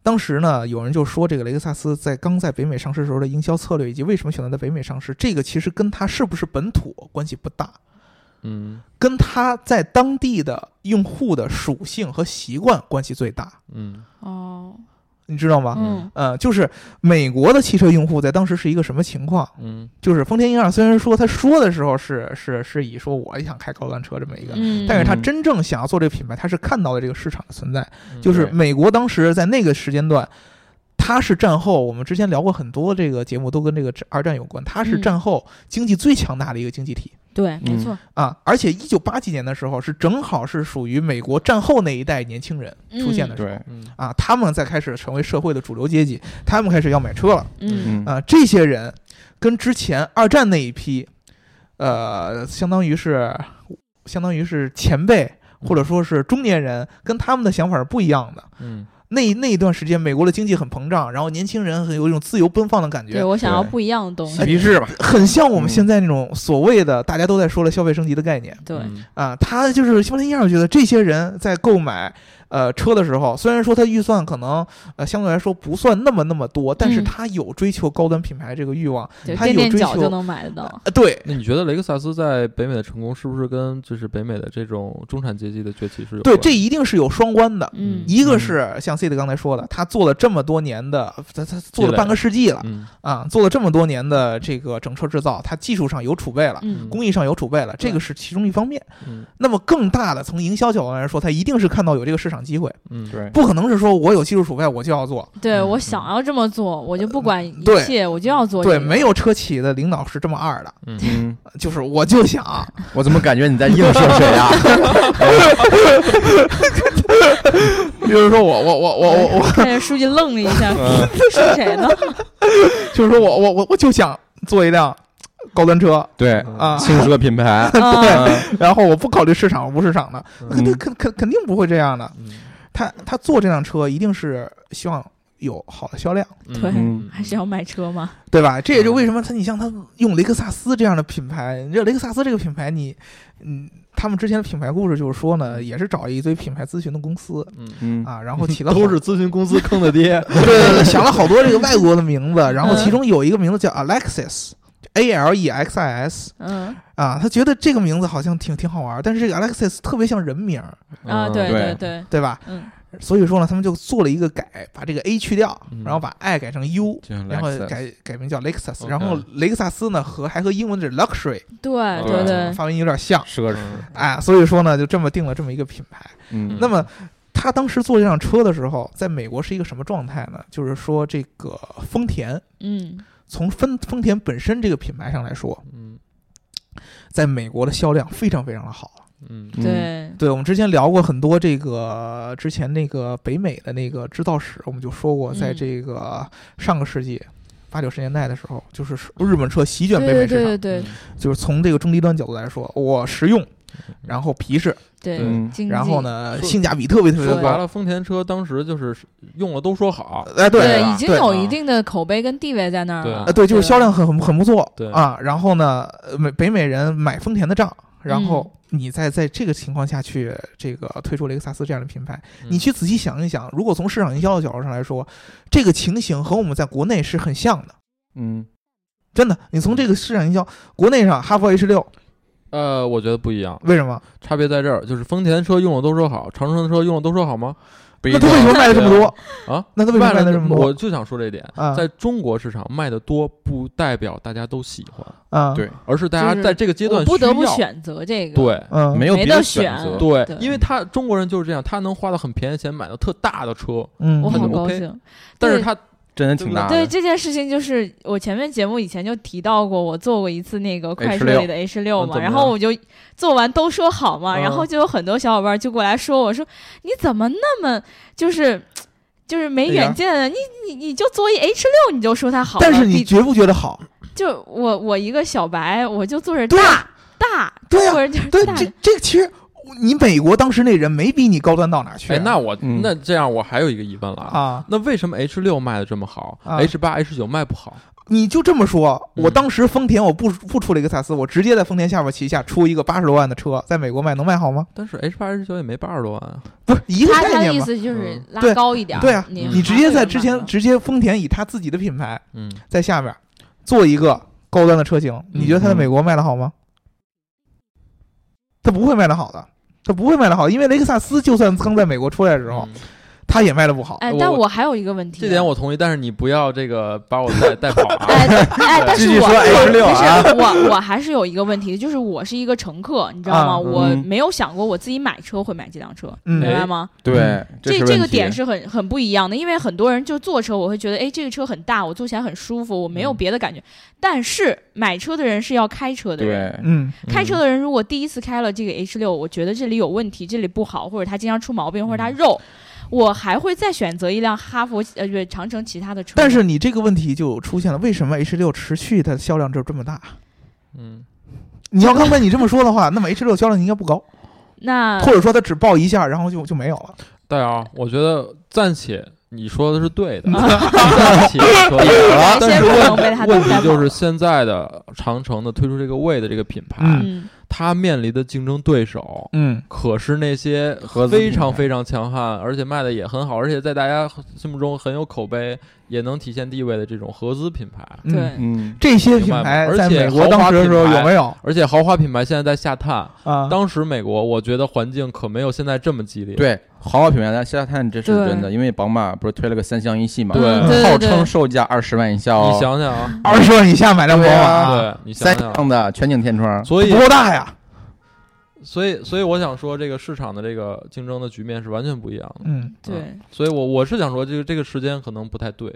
D: 当时呢，有人就说这个雷克萨斯在刚在北美上市时候的营销策略，以及为什么选择在北美上市，这个其实跟它是不是本土关系不大，
F: 嗯
D: 跟它在当地的用户的属性和习惯关系最大，
F: 嗯
C: 哦，
D: 你知道吗？
C: 嗯
D: 呃，就是美国的汽车用户在当时是一个什么情况？
F: 嗯
D: 就是丰田英二虽然说他说的时候是是是以说我也想开高端车这么一个，
C: 嗯，
D: 但是他
E: 嗯
D: 真正想要做这个品牌，他是看到了这个市场的存在，
F: 嗯
D: 就是
E: 对
D: 美国当时在那个时间段，它是战后，我们之前聊过很多这个节目都跟这个二战有关，它是
C: 嗯
D: 战后经济最强大的一个经济体
C: 对，没
E: 嗯
C: 错，
D: 啊，而且一九八几年的时候是正好是属于美国战后那一代年轻人出现的时候。
E: 对，
F: 嗯
D: 啊，他们在开始成为社会的主流阶级，他们开始要买车了
C: 嗯
E: 嗯
D: 啊。这些人跟之前二战那一批，呃，相当于是相当于是前辈或者说是中年人，跟他们的想法是不一样的。
F: 嗯
D: 那那一段时间，美国的经济很膨胀，然后年轻人很有一种自由奔放的感
C: 对
D: 觉，
C: 我想要
E: 对
C: 不一样的东西
E: 嬉，皮士吧，
D: 很像我们
E: 嗯
D: 现在那种所谓的大家都在说的消费升级的概念
C: 对，
F: 嗯
D: 啊。他就是西蒙一样觉得这些人在购买呃车的时候，虽然说他预算可能呃相对来说不算那么那么多，但是
C: 嗯
D: 他有追求高端品牌这个欲望，
C: 就
D: 他
C: 垫
D: 有
C: 垫
D: 追
C: 脚就
D: 求
C: 能买得到。
D: 呃对。
F: 那你觉得雷克萨斯在北美的成功，是不是跟就是北美的这种中产阶级的崛起是有
D: 对，
F: 关
D: 这一定是有双关的。
C: 嗯
D: 一个是像 C 的刚才说的，他做了这么多年的，他他做
F: 积
D: 了
F: 累
D: 半个世纪了，
F: 嗯
D: 啊，做了这么多年的这个整车制造，它技术上有储备了，
C: 嗯
D: 工艺上有储备了，这个
F: 对
D: 是其中一方面。
F: 嗯
D: 那么更大的，从营销角度来说，它一定是看到有这个市场机会，
F: 嗯
E: 对，
D: 不可能是说我有技术储备我就要做。
C: 对
F: 嗯
C: 我
F: 嗯
C: 想要这么做，我就不管一
D: 嗯对
C: 切，我就要做这
D: 对，
C: 个。
D: 没有车企的领导是这么二的，
F: 嗯
E: 嗯，
D: 就是我就想，
E: 我怎么感觉你在映射谁啊？
D: 比如说我我我我我我，
C: 看着书记愣了一下，
F: 嗯
C: 是谁呢？
D: 就是说我我我我就想做一辆高端车
E: 对，
D: 啊，
E: 轻奢品牌，
C: 啊，
E: 嗯
D: 然后我不考虑市场无市场的，肯
E: 嗯
D: 肯肯肯定不会这样的。
F: 嗯
D: 他他做这辆车一定是希望有好的销量。
C: 对
E: 嗯
C: 还是要买车嘛。
D: 对吧？这也就为什么他，你像他用雷克萨斯这样的品牌，你知道雷克萨斯这个品牌，你，嗯，他们之前的品牌故事就是说呢，也是找一堆品牌咨询的公司
F: 嗯
E: 嗯，
D: 啊，然后起了好
F: 都是咨询公司坑的爹，
D: 对对对，想了好多这个外国的名字，然后其中有一个名字叫 Alexis，A L E X I S
C: 嗯
D: 啊，他觉得这个名字好像挺挺好玩，但是这个 Alexis 特别像人名，
F: 嗯
C: 啊，对
E: 对
C: 对，
D: 对吧？
C: 嗯
D: 所以说呢，他们就做了一个改，把这个 A 去掉
F: 嗯，
D: 然后把 I 改成 U。
E: 就像
D: 然后
E: Lexus
D: 改改名叫雷克萨斯，
F: OK
D: 然后雷克萨斯呢和还和英文的 luxury
C: 对对
E: 对
C: 对，
D: 发音有点像，
E: 奢侈，
F: 嗯
D: 哎，所以说呢，就这么定了这么一个品牌。
E: 嗯，
D: 那么他当时做这辆车的时候，在美国是一个什么状态呢？就是说，这个丰田
C: 嗯
D: 从丰丰田本身这个品牌上来说，
F: 嗯
D: 在美国的销量非常非常的好。
F: 嗯
E: 嗯
C: 对，
D: 对我们之前聊过很多这个之前那个北美的那个制造史，我们就说过，
C: 嗯
D: 在这个上个世纪。八九十年代的时候，就是日本车席卷北
C: 对对
D: 美市场，
C: 对
F: 嗯
C: 对
D: 就是从这个中低端角度来说，我实用，然后皮实，
C: 对
E: 嗯
C: 经济
D: 然后？呢，
F: 说
D: 性价比特别特别
F: 说
D: 的
F: 白
D: 高。
F: 了，丰田车当时就是用了都说好，
D: 哎，
C: 对，
D: 对，
C: 已经
D: 对
C: 有
F: 啊
C: 一定的口碑跟地位在那儿
F: 对
C: 了
D: 呃，。对，就是销量很很很不错，
F: 对
D: 啊。然后呢，呃美北美人买丰田的账，然
F: 嗯
D: 后你再在这个情况下去这个推出雷克萨斯这样的品牌，
F: 嗯
D: 你去仔细想一想，如果从市场营销的角度上来说，这个情形和我们在国内是很像的。
E: 嗯，
D: 真的，你从这个市场营销，国内上哈弗 H 六
F: 呃，我觉得不一样，
D: 为什么？
F: 差别在这儿，就是丰田车用了都说好，长城的车用了都说好吗？
E: 不一
D: 那
E: 定
D: 他为什么卖的这么多
F: 啊？
D: 那他为什么卖
F: 了
D: 的这么
F: 我
D: 多
F: 就想说这一点，
D: 啊
F: 在中国市场卖的多，不代表大家都喜欢，
D: 啊？
E: 对，
F: 而是大
C: 就
F: 家
C: 是
F: 在这个阶
C: 我
F: 段
C: 不得不
F: 需要
C: 选择这个。
F: 对。
D: 嗯，
E: 没有
C: 没
E: 别
C: 得
E: 的
C: 选
E: 择，
F: 对
C: 对，
F: 因为他中国人就是这样，他能花到很便宜的钱买到特大的车，
D: 嗯，
C: 我
F: 他
C: 好
F: 就
C: 高
F: OK
C: 兴。
F: 但是
C: 对
F: 他
E: 真的挺大
C: 对
E: 的。
C: 这件事情，就是我前面节目以前就提到过，我做过一次那个快车里的 H 六
F: 嗯怎
C: 嘛，
F: 么
C: 然
F: 样
C: 后我就做完都说好嘛，
F: 嗯
C: 然后就有很多小伙伴就过来说我说你怎么那么就是就是没远见啊？你你你就做一 H 六你就说它好了，
D: 哎但是你
C: 比
D: 觉不觉得好？
C: 就我我一个小白，我就做着
D: 对
C: 大大，
D: 对啊
C: 中国人就是
D: 对，
C: 大
D: 这这其实你美国当时那人没比你高端到哪去啊。
F: 哎，那我
E: 嗯
F: 那这样我还有一个疑问了啊，
D: 啊，
F: 那为什么 H 六卖的这么好
D: 啊
F: ，H 八、H 九卖不好？
D: 你就这么说，
F: 嗯
D: 我当时丰田我不不出雷克萨斯，我直接在丰田下边旗下出一个八十多万的车，在美国卖能卖好吗？
F: 但是 H 八、H 九也没八十多万啊。
D: 不是一个
G: 他
D: 概
G: 他的
D: 念
G: 意
D: 吗？
G: 思就是
F: 嗯
G: 拉
D: 对
G: 高一点儿，
D: 对啊
G: 你
F: 嗯
D: 你直接在之
G: 还会有
D: 前
G: 卖的
D: 直接丰田以他自己的品牌
F: 嗯，
D: 在下面做一个高端的车型，你觉得它在美国卖的好吗？它不会卖的好的，它不会卖的好，因为雷克萨斯就算刚在美国出来的时候，
F: 嗯
D: 它也卖的不好。
C: 哎
F: 我，
C: 但我还有一个问题，
F: 这点我同意，但是你不要这个把我带带跑啊。
C: 哎哎，但
E: 继续
C: 是我
E: 说 H6 啊
C: 不是我我还是有一个问题，就是我是一个乘客，你知道吗？
D: 啊
C: 我
E: 嗯
C: 没有想过我自己买车会买这辆车，
D: 嗯
C: 明白吗？
E: 对，
C: 这
E: 是
C: 这个
E: 问题
C: 点是很很不一样的，因为很多人就坐车，我会觉得哎，这个车很大，我坐起来很舒服，我没有
F: 嗯
C: 别的感觉。但是买车的人是要开车的人。
E: 对，
D: 嗯，
C: 开车的人如果第一次开了这个 H 六，我觉得这里有问题，这里不好，或者它经常出毛病，或者它肉，我还会再选择一辆哈佛呃，对，长城其他的车。
D: 但是你这个问题就出现了，为什么 H 六持续它的销量就这么大？
F: 嗯，
D: 你要刚才你这么说的话，那么 H 六销量应该不高，
C: 那
D: 或者说它只爆一下，然后就就没有了。
F: 大姚，我觉得暂且你说的是 对的，暂且可以。
C: 有
F: 但
C: 些
F: 是
C: 不能
F: 问
C: 被它
F: 问
C: 带
F: 题
C: 跑
F: 就是现在的长城的推出这个魏的这个品牌，
D: 嗯
C: 嗯，
F: 它面临的竞争对手
D: 嗯，
F: 可是那些
E: 合资
F: 非
E: 品
F: 常
E: 牌
F: 非常强悍，而且卖的也很好，而且在大家心目中很有口碑，也能体现地位的这种合资品牌。
D: 嗯
C: 对，
E: 嗯，
D: 这些品牌在美国当时的时候有没有
F: 而且豪华品牌现在在下探，
D: 啊？
F: 当时美国我觉得环境可没有现在这么激烈。，
E: 对，豪华品牌的下探这是
C: 对
E: 真的，因为宝马不是推了个三厢一系嘛，
F: 对
C: 嗯对对
E: 号
C: 对
E: 称售价二十万以下
F: 你
E: 哦，
F: 想想啊，
D: 二十万以下买辆宝马，
F: 对你想
E: 三
F: 想啊，
E: 厢的全景天窗，
F: 所以
D: 不够大呀。
F: 所以所以我想说，这个市场的这个竞争的局面是完全不一样的。
D: 嗯，
C: 对。
F: 所以我我是想说，这个这个时间可能不太对，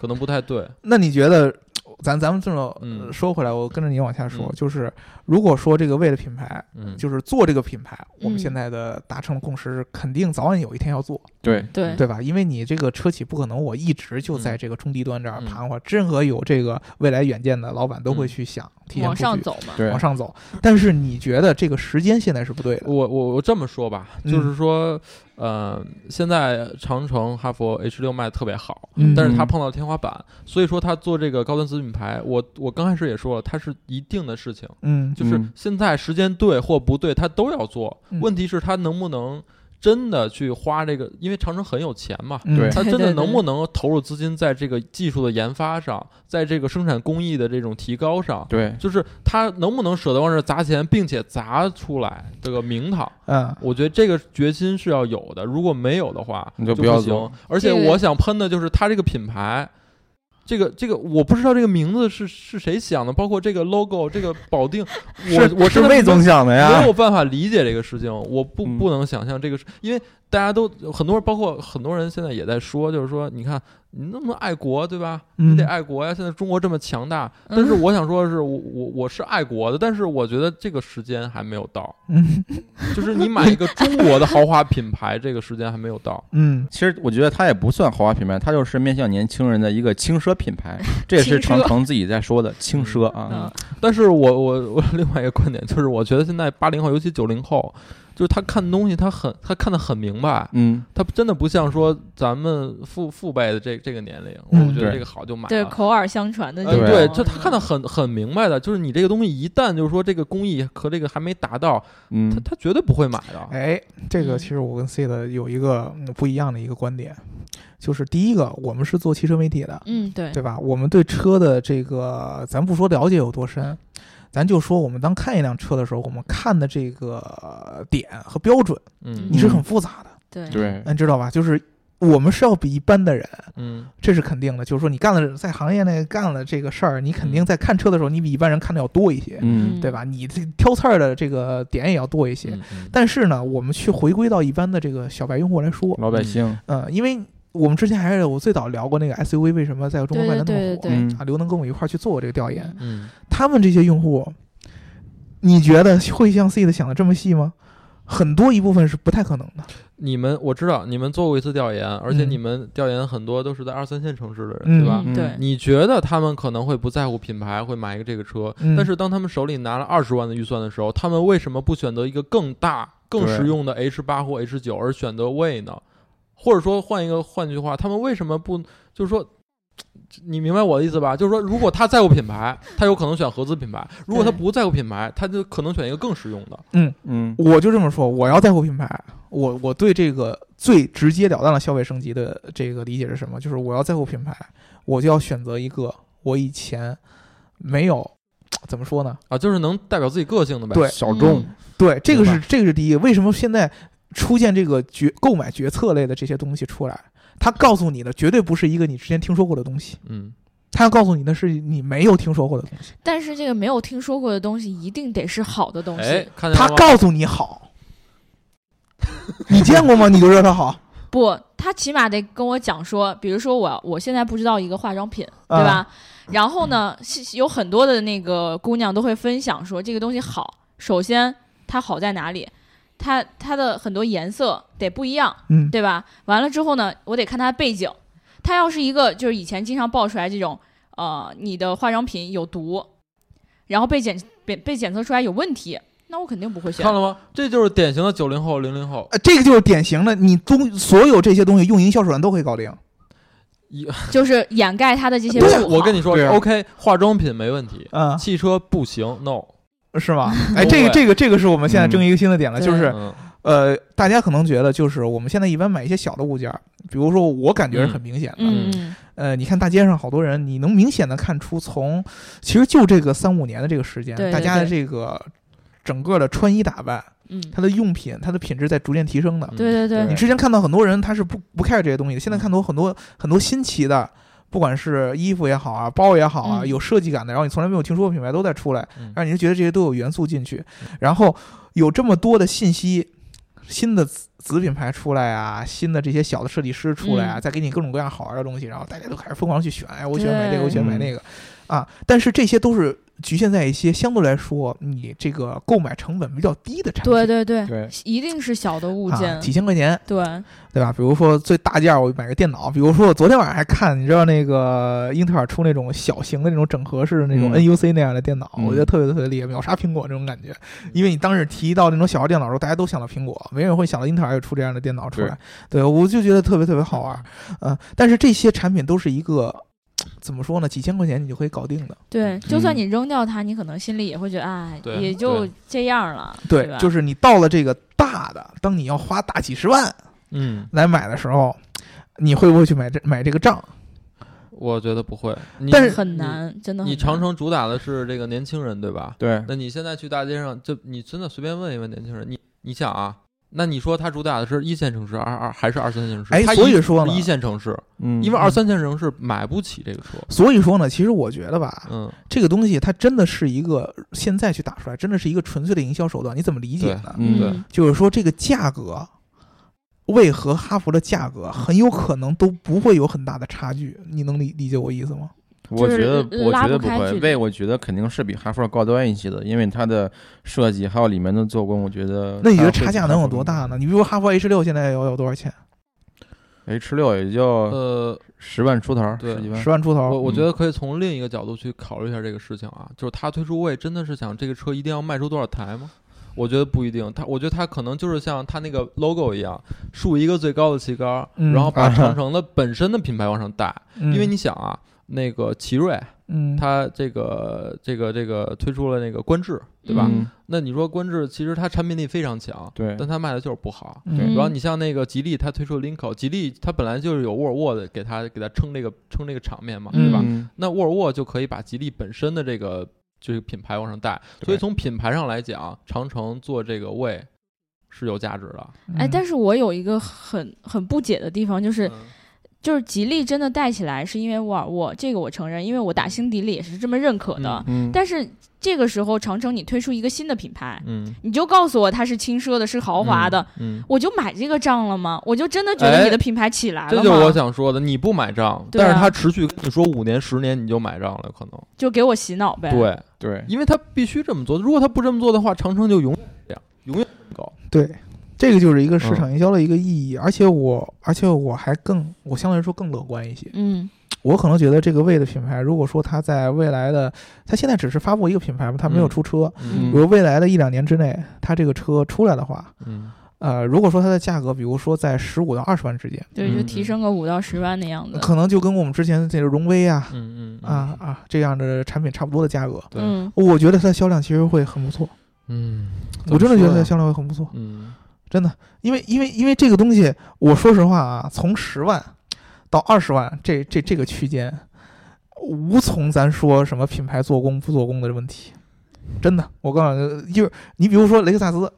F: 可能不太对。
D: 那你觉得，咱咱们这么
F: 嗯
D: 呃说回来，我跟着你往下说
F: 嗯，
D: 就是如果说这个为了品牌，
F: 嗯，
D: 就是做这个品牌，我们
C: 嗯
D: 现在的达成的共识是，肯定早晚有一天要做，
E: 对，
C: 对
D: 对吧？因为你这个车企不可能我一直就在
F: 嗯
D: 这个中低端这儿
F: 嗯
D: 盘活，任何有这个未来远见的老板都会
F: 嗯
D: 去想提前
C: 往
D: 布
C: 上
D: 局，
C: 走嘛。
E: 对
D: 往，上走。但是你觉得这个时间现在是不对的？
F: 我我我这么说吧，
D: 嗯
F: 就是说，呃，现在长城、哈佛 H 六卖的特别好，
D: 嗯
F: 但是它碰到天花板，所以说它做这个高端子品牌，我我刚开始也说了，它是一定的事情，
D: 嗯，
F: 就是
E: 嗯
F: 现在时间对或不对，它都要做，
D: 嗯
F: 问题是它能不能真的去花这个，因为长城很有钱嘛。
D: 嗯
E: 对
F: 它真
C: 对
F: 的
C: 对对
F: 能不能投入资金在这个技术的研发上，在这个生产工艺的这种提高上，
E: 对，
F: 就是它能不能舍得往这儿砸钱，并且砸出来这个名堂？
E: 啊
D: 嗯
F: 我觉得这个决心是要有的，如果没有的话，
E: 你就
F: 就
E: 不要
F: 行
E: 做。
F: 而且
C: 这个
F: 我想喷的就是它这个品牌，这个这个我不知道这个名字是是谁想的，包括这个 logo 这个保定，
E: 是
F: 我我
E: 是
F: 真的
E: 魏总想的
F: 没
E: 呀
F: 有，办法理解这个事情，我不
E: 嗯
F: 不能想象这个是，因为大家都很多人，包括很多人现在也在说，就是说，你看你那么爱国，对吧？
D: 嗯
F: 你得爱国呀！现在中国这么强大，但是我想说的是，我我我是爱国的，但是我觉得这个时间还没有到，
D: 嗯
F: 就是你买一个中国的豪华品牌，这个时间还没有到。
D: 嗯，
E: 其实我觉得它也不算豪华品牌，它就是面向年轻人的一个轻奢 品牌，这也是
C: 轻奢
E: 长城自己在说的
F: 嗯
E: 轻奢
C: 嗯
E: 啊。
F: 但是我我我另外一个观点就是，我觉得现在八零后，尤其九零后，就是他看东西，他很他看得很明白，
E: 嗯，
F: 他真的不像说咱们父父辈的这这个年龄，
D: 嗯
F: 我觉得
E: 对
F: 这个好就买
C: 对，
F: 了。
C: 口耳相传的
F: 呃
C: 这种。
F: 对
E: 对，
F: 这他看得很很明白的，就是你这个东西一旦就是说这个工艺和这个还没达到，他
E: 嗯，
F: 他绝对不会买的。
D: 哎，这个
C: 嗯
D: 其实我跟 C 的有一个嗯不一样的一个观点，就是第一个，我们是做汽车媒体的，
C: 嗯，对，
D: 对吧？我们对车的这个，咱不说了解有多深，咱就说我们当看一辆车的时候，我们看的这个呃点和标准，
F: 嗯
D: 你是很复杂的，
C: 对，
E: 对，
D: 你知道吧？就是。我们是要比一般的人，
F: 嗯
D: 这是肯定的。就是说，你干了在行业内干了这个事儿，你肯定在看车的时候，你比一般人看的要多一些，
E: 嗯
C: 嗯
D: 对吧？你这挑刺儿的这个点也要多一些。
F: 嗯嗯
D: 但是呢，我们去回归到一般的这个小白用户来说，
E: 老百姓，
D: 嗯，因为我们之前还是我最早聊过那个 SUV 为什么在中国卖的那么火
C: 对对对对
E: 嗯
D: 啊，刘能跟我一块儿去做过这个调研，
F: 嗯，
D: 他们这些用户，你觉得会像 C 的想的这么细吗？很多一部分是不太可能的，
F: 你们我知道你们做过一次调研，而且
D: 嗯
F: 你们调研很多都是在二三线城市的人，
D: 嗯
F: 对吧？
C: 嗯对，
F: 你觉得他们可能会不在乎品牌，会买一个这个车，
D: 嗯
F: 但是当他们手里拿了二十万的预算的时候，他们为什么不选择一个更大、更
E: 对
F: 实用的 H 八或 H 九，而选择 Way 呢？或者说换一个，换句话，他们为什么不就是说？你明白我的意思吧？就是说，如果他在乎品牌，他有可能选合资品牌；如果他
C: 对
F: 不在乎品牌，他就可能选一个更实用的。
E: 嗯
D: 我就这么说，我要在乎品牌，我我对这个最直截了当的消费升级的这个理解是什么？就是我要在乎品牌，我就要选择一个我以前没有怎么说呢？
F: 啊，就是能代表自己个性的呗。
D: 对
C: 嗯
E: 小众，
D: 对，这个
F: 明
D: 是这个是第一。为什么现在出现这个决购买决策类的这些东西出来？它告诉你的绝对不是一个你之前听说过的东西，
F: 嗯，
D: 它要告诉你的是你没有听说过的东西。
C: 但是这个没有听说过的东西，一定得是好的东
F: 哎
C: 西。，
F: 看见
D: 它
F: 了吗？
D: 告诉你好，你见过吗？你就知道它好，
C: 不，他起码得跟我讲说，比如说我我现在不知道一个化妆品， 对
D: 啊
C: 吧？然后呢，是有很多的那个姑娘都会分享说这个东西好，首先它好在哪里？它它的很多颜色得不一样，
D: 嗯，
C: 对吧？完了之后呢，我得看它的背景。它要是一个就是以前经常爆出来这种，呃，你的化妆品有毒，然后被检被被检测出来有问题，那我肯定不会选
F: 看。了吗？这就是典型的九零后、零零后。
D: 呃，这个就是典型的，你东所有这些东西用营销手段都可以搞定。
C: 就是掩盖它的这些
D: 对
C: 不好
F: 我跟你说
D: 对啊
F: ，OK，化妆品没问题，
D: 嗯，
F: 汽车不行，no。
D: 是吗？哎，这个
F: 对
D: 这个这个是我们现在
E: 嗯
D: 争一个新的点了，
C: 对
D: 就是
F: 嗯
D: 呃，大家可能觉得就是我们现在一般买一些小的物件儿，比如说我感觉是很明显的，
C: 嗯嗯
D: 呃，你看大街上好多人，你能明显的看出从，其实就这个三五年的这个时间，
C: 对对
D: 大家的
C: 对
D: 这个整个的穿衣打扮，
C: 嗯，
D: 它的用品，它的品质在逐渐提升的。
F: 嗯
C: 对对对
D: 你之前看到很多人他是不不 care 这些东西的，现在
F: 嗯
D: 看到很多很多新奇的，不管是衣服也好啊，包也好啊，
C: 嗯
D: 有设计感的，然后你从来没有听说过品牌都在出来
F: 嗯，
D: 让你就觉得这些都有元素进去，
C: 嗯
D: 然后有这么多的信息，新的子子品牌出来啊，新的这些小的设计师出来啊，
C: 嗯
D: 再给你各种各样好玩的东西，然后大家都开始疯狂去选，哎，我喜欢买这个，
C: 对
D: 我喜欢买那个，啊，但是这些都是。局限在一些相对来说你这个购买成本比较低的产品，
C: 对对对，
E: 嗯对，
C: 一定是小的物件，
D: 啊，几千块钱，
C: 对，
D: 对吧？比如说最大件儿，我买个电脑。比如说我昨天晚上还看，你知道那个英特尔出那种小型的那种整合式的那种
E: 嗯
D: NUC 那样的电脑，
E: 嗯
D: 我觉得特别特别厉害，秒杀苹果这种感觉。因为你当时提到那种小号电脑的时候，大家都想到苹果，没人会想到英特尔有出这样的电脑出来。对我就觉得特别特别好玩。嗯、但是这些产品都是一个怎么说呢？几千块钱你就可以搞定的。
C: 对，就算你扔掉它，你可能心里也会觉得，哎，
F: 嗯对
C: 也就这样了，
D: 对，
C: 吧？
D: 就是你到了这个大的，当你要花大几十万
F: 嗯，
D: 来买的时候，你会不会去买这买这个账？
F: 我觉得不会，你
D: 但是
C: 很。难，真的
F: 你
C: 很
F: 你
C: 难
F: 长城主打的是这个年轻人，对吧？
E: 对，
F: 那你现在去大街上，就你真的随便问一问年轻人，你你想啊，那你说他主打的是一线城市，二二还是二三线城市？
D: 哎
F: 他，
D: 所
F: 一
D: 以说呢，
F: 一线城市，
E: 嗯，
F: 因为二三线城市买不起这个车。
D: 所以说呢，其实我觉得吧，
F: 嗯，
D: 这个东西它真的是一个现在去打出来，真的是一个纯粹的营销手段。你怎么理解呢？
E: 嗯
F: 对
C: 嗯
D: 就是说这个价格，为何哈佛的价格很有可能都不会有很大的差距？你能理理解我意思吗？
E: 我
C: 就
E: 觉
C: 是
E: 得我
C: 拉
E: 觉
C: 不
E: 得不
C: 开距
E: 会，
C: 离
E: 为我觉得肯定是比哈佛高端一些的，因为它的设计还有里面的做工，我觉
F: 呃
E: 得
D: 那你觉得
E: 它会
D: 差价
E: 比
D: 能有
E: 哈佛
D: 多大
E: 更
D: 呢？你比如哈佛 H 六现在要要多少钱？
E: ？H 六也就
F: 呃，
E: 十万出头儿，
F: 对
E: 十几万
D: 十。万出
F: 嗯我
D: 头。
F: 我觉得可以从另一个角度去考虑一下这个事情啊，就是他推出位真的是想这个车一定要卖出多少台吗？我觉得不一定，他我觉得他可能就是像他那个 logo 一样，竖一个最高的旗杆，
D: 嗯
F: 然后把
E: 啊
F: 长城的本身的品牌往上带，
D: 因
F: 因为你想啊，那个奇瑞
D: 嗯，
F: 它这个这个这个推出了那个观致，对吧？
E: 嗯
F: 那你说观致其实它产品力非常强，
E: 对
F: 但它卖的就是不好。
D: 嗯
F: 然后你像那个吉利，它推出了 Lincoln，吉利它本来就是有沃尔沃的给它给它撑这个撑这个场面嘛，对吧？
E: 嗯
F: 那沃尔沃就可以把吉利本身的这个这个品牌往上带，
E: 对
F: 所以从品牌上来讲，长城做这个位是有价值的。嗯
C: 哎，但
D: 是
C: 是我有一个很很不解的地方，就是就是吉利真的带起来，是因为沃尔沃，这个我承认，因为我打心底里也是这么认可的。
F: 嗯
C: 但是这个时候，长城你推出一个新的品牌，
F: 嗯，
C: 你就告诉我它是轻奢的，是豪华的，
F: 嗯，
C: 我就买这个账了吗？我就真的觉得
F: 哎
C: 你的品牌起来了
F: 这
C: 吗？
F: 就是我想说的，你不买账，
C: 对啊
F: 但是他持续跟你说五年、十年，你就买账了，可能
C: 就给我洗脑呗。，
F: 对，
E: 对，
F: 因为他必须这么做。如果他不这么做的话，长城就永远这样，永远高。
D: 对，这个就是一个
F: 嗯
D: 市场营销的一个意义，而且我，而且我还更，我相对来说更乐观一些。
C: 嗯
D: 我可能觉得这个魏的品牌，如果说它在未来的，它现在只是发布一个品牌嘛，它没有
F: 嗯
D: 出车。
C: 嗯
D: 比如未来的一两年之内，它这个车出来的话，
F: 嗯
D: 呃，如果说它的价格，比如说在十五到二十万之间，
C: 对，就
F: 嗯
C: 提升个五到十万的样子。
D: 可能就跟我们之前这个荣威啊、
F: 嗯嗯
D: 啊，啊这样的产品差不多的价格。
F: 对
C: 嗯，
D: 我觉得它的销量其实会很不错，
F: 嗯，
D: 我真的觉得它的销
F: 像
D: 量会很不错，
F: 嗯
D: 真的，因为因为因为这个东西，我说实话啊，从十万到二十万这这这个区间，无从咱说什么品牌做工不做工的问题，真的，我告诉你，就是你比如说雷克萨斯，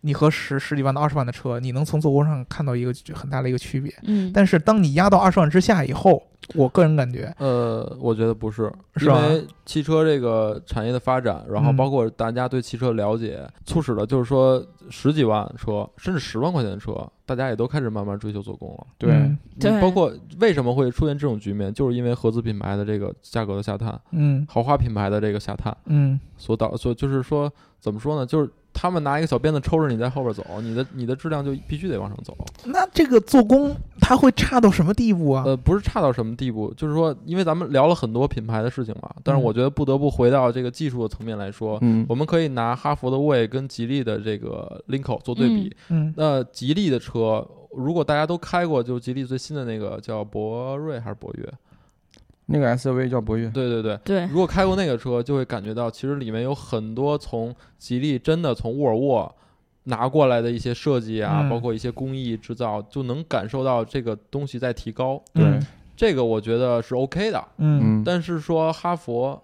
D: 你和十十几万到二十万的车，你能从做工上看到一个很大的一个区别，
C: 嗯，
D: 但是当你压到二十万之下以后，我个人感觉，
F: 呃，我觉得不是，
D: 是
F: 因
D: 吧
F: 为汽车这个产业的发展，然后
D: 嗯
F: 包括大家对汽车了解，促使了就是说十几万车甚至十万块钱的车，大家也都开始慢慢追求做工了。
E: 对
D: 嗯
F: 你
C: 对
F: 包括为什么会出现这种局面，就是因为合资品牌的这个价格的下探，
D: 嗯
F: 豪华品牌的这个下探
D: 嗯，
F: 所导所就是说怎么说呢，就是他们拿一个小鞭子抽着你在后边走，你的你的质量就必须得往上走。
D: 那这个做工它会差到什么地步啊？
F: 呃，不是差到什么地步，就是说，因为咱们聊了很多品牌的事情嘛，但是
D: 嗯
F: 我觉得不得不回到这个技术的层面来说，
E: 嗯
F: 我们可以拿哈弗的魏跟吉利的这个林口做对比。
D: 嗯
F: 那吉利的车，如果大家都开过，就吉利最新的那个叫博瑞还是博越？
E: 那个 SUV 叫博越，
F: 对对对。
C: 对，
F: 如果开过那个车，就会感觉到其实里面有很多从吉利真的从沃尔沃拿过来的一些设计啊，
D: 嗯
F: 包括一些工艺制造，就能感受到这个东西在提高。
E: 对，
F: 这个我觉得是 OK 的。
D: 嗯
E: 嗯，
F: 但是说哈佛，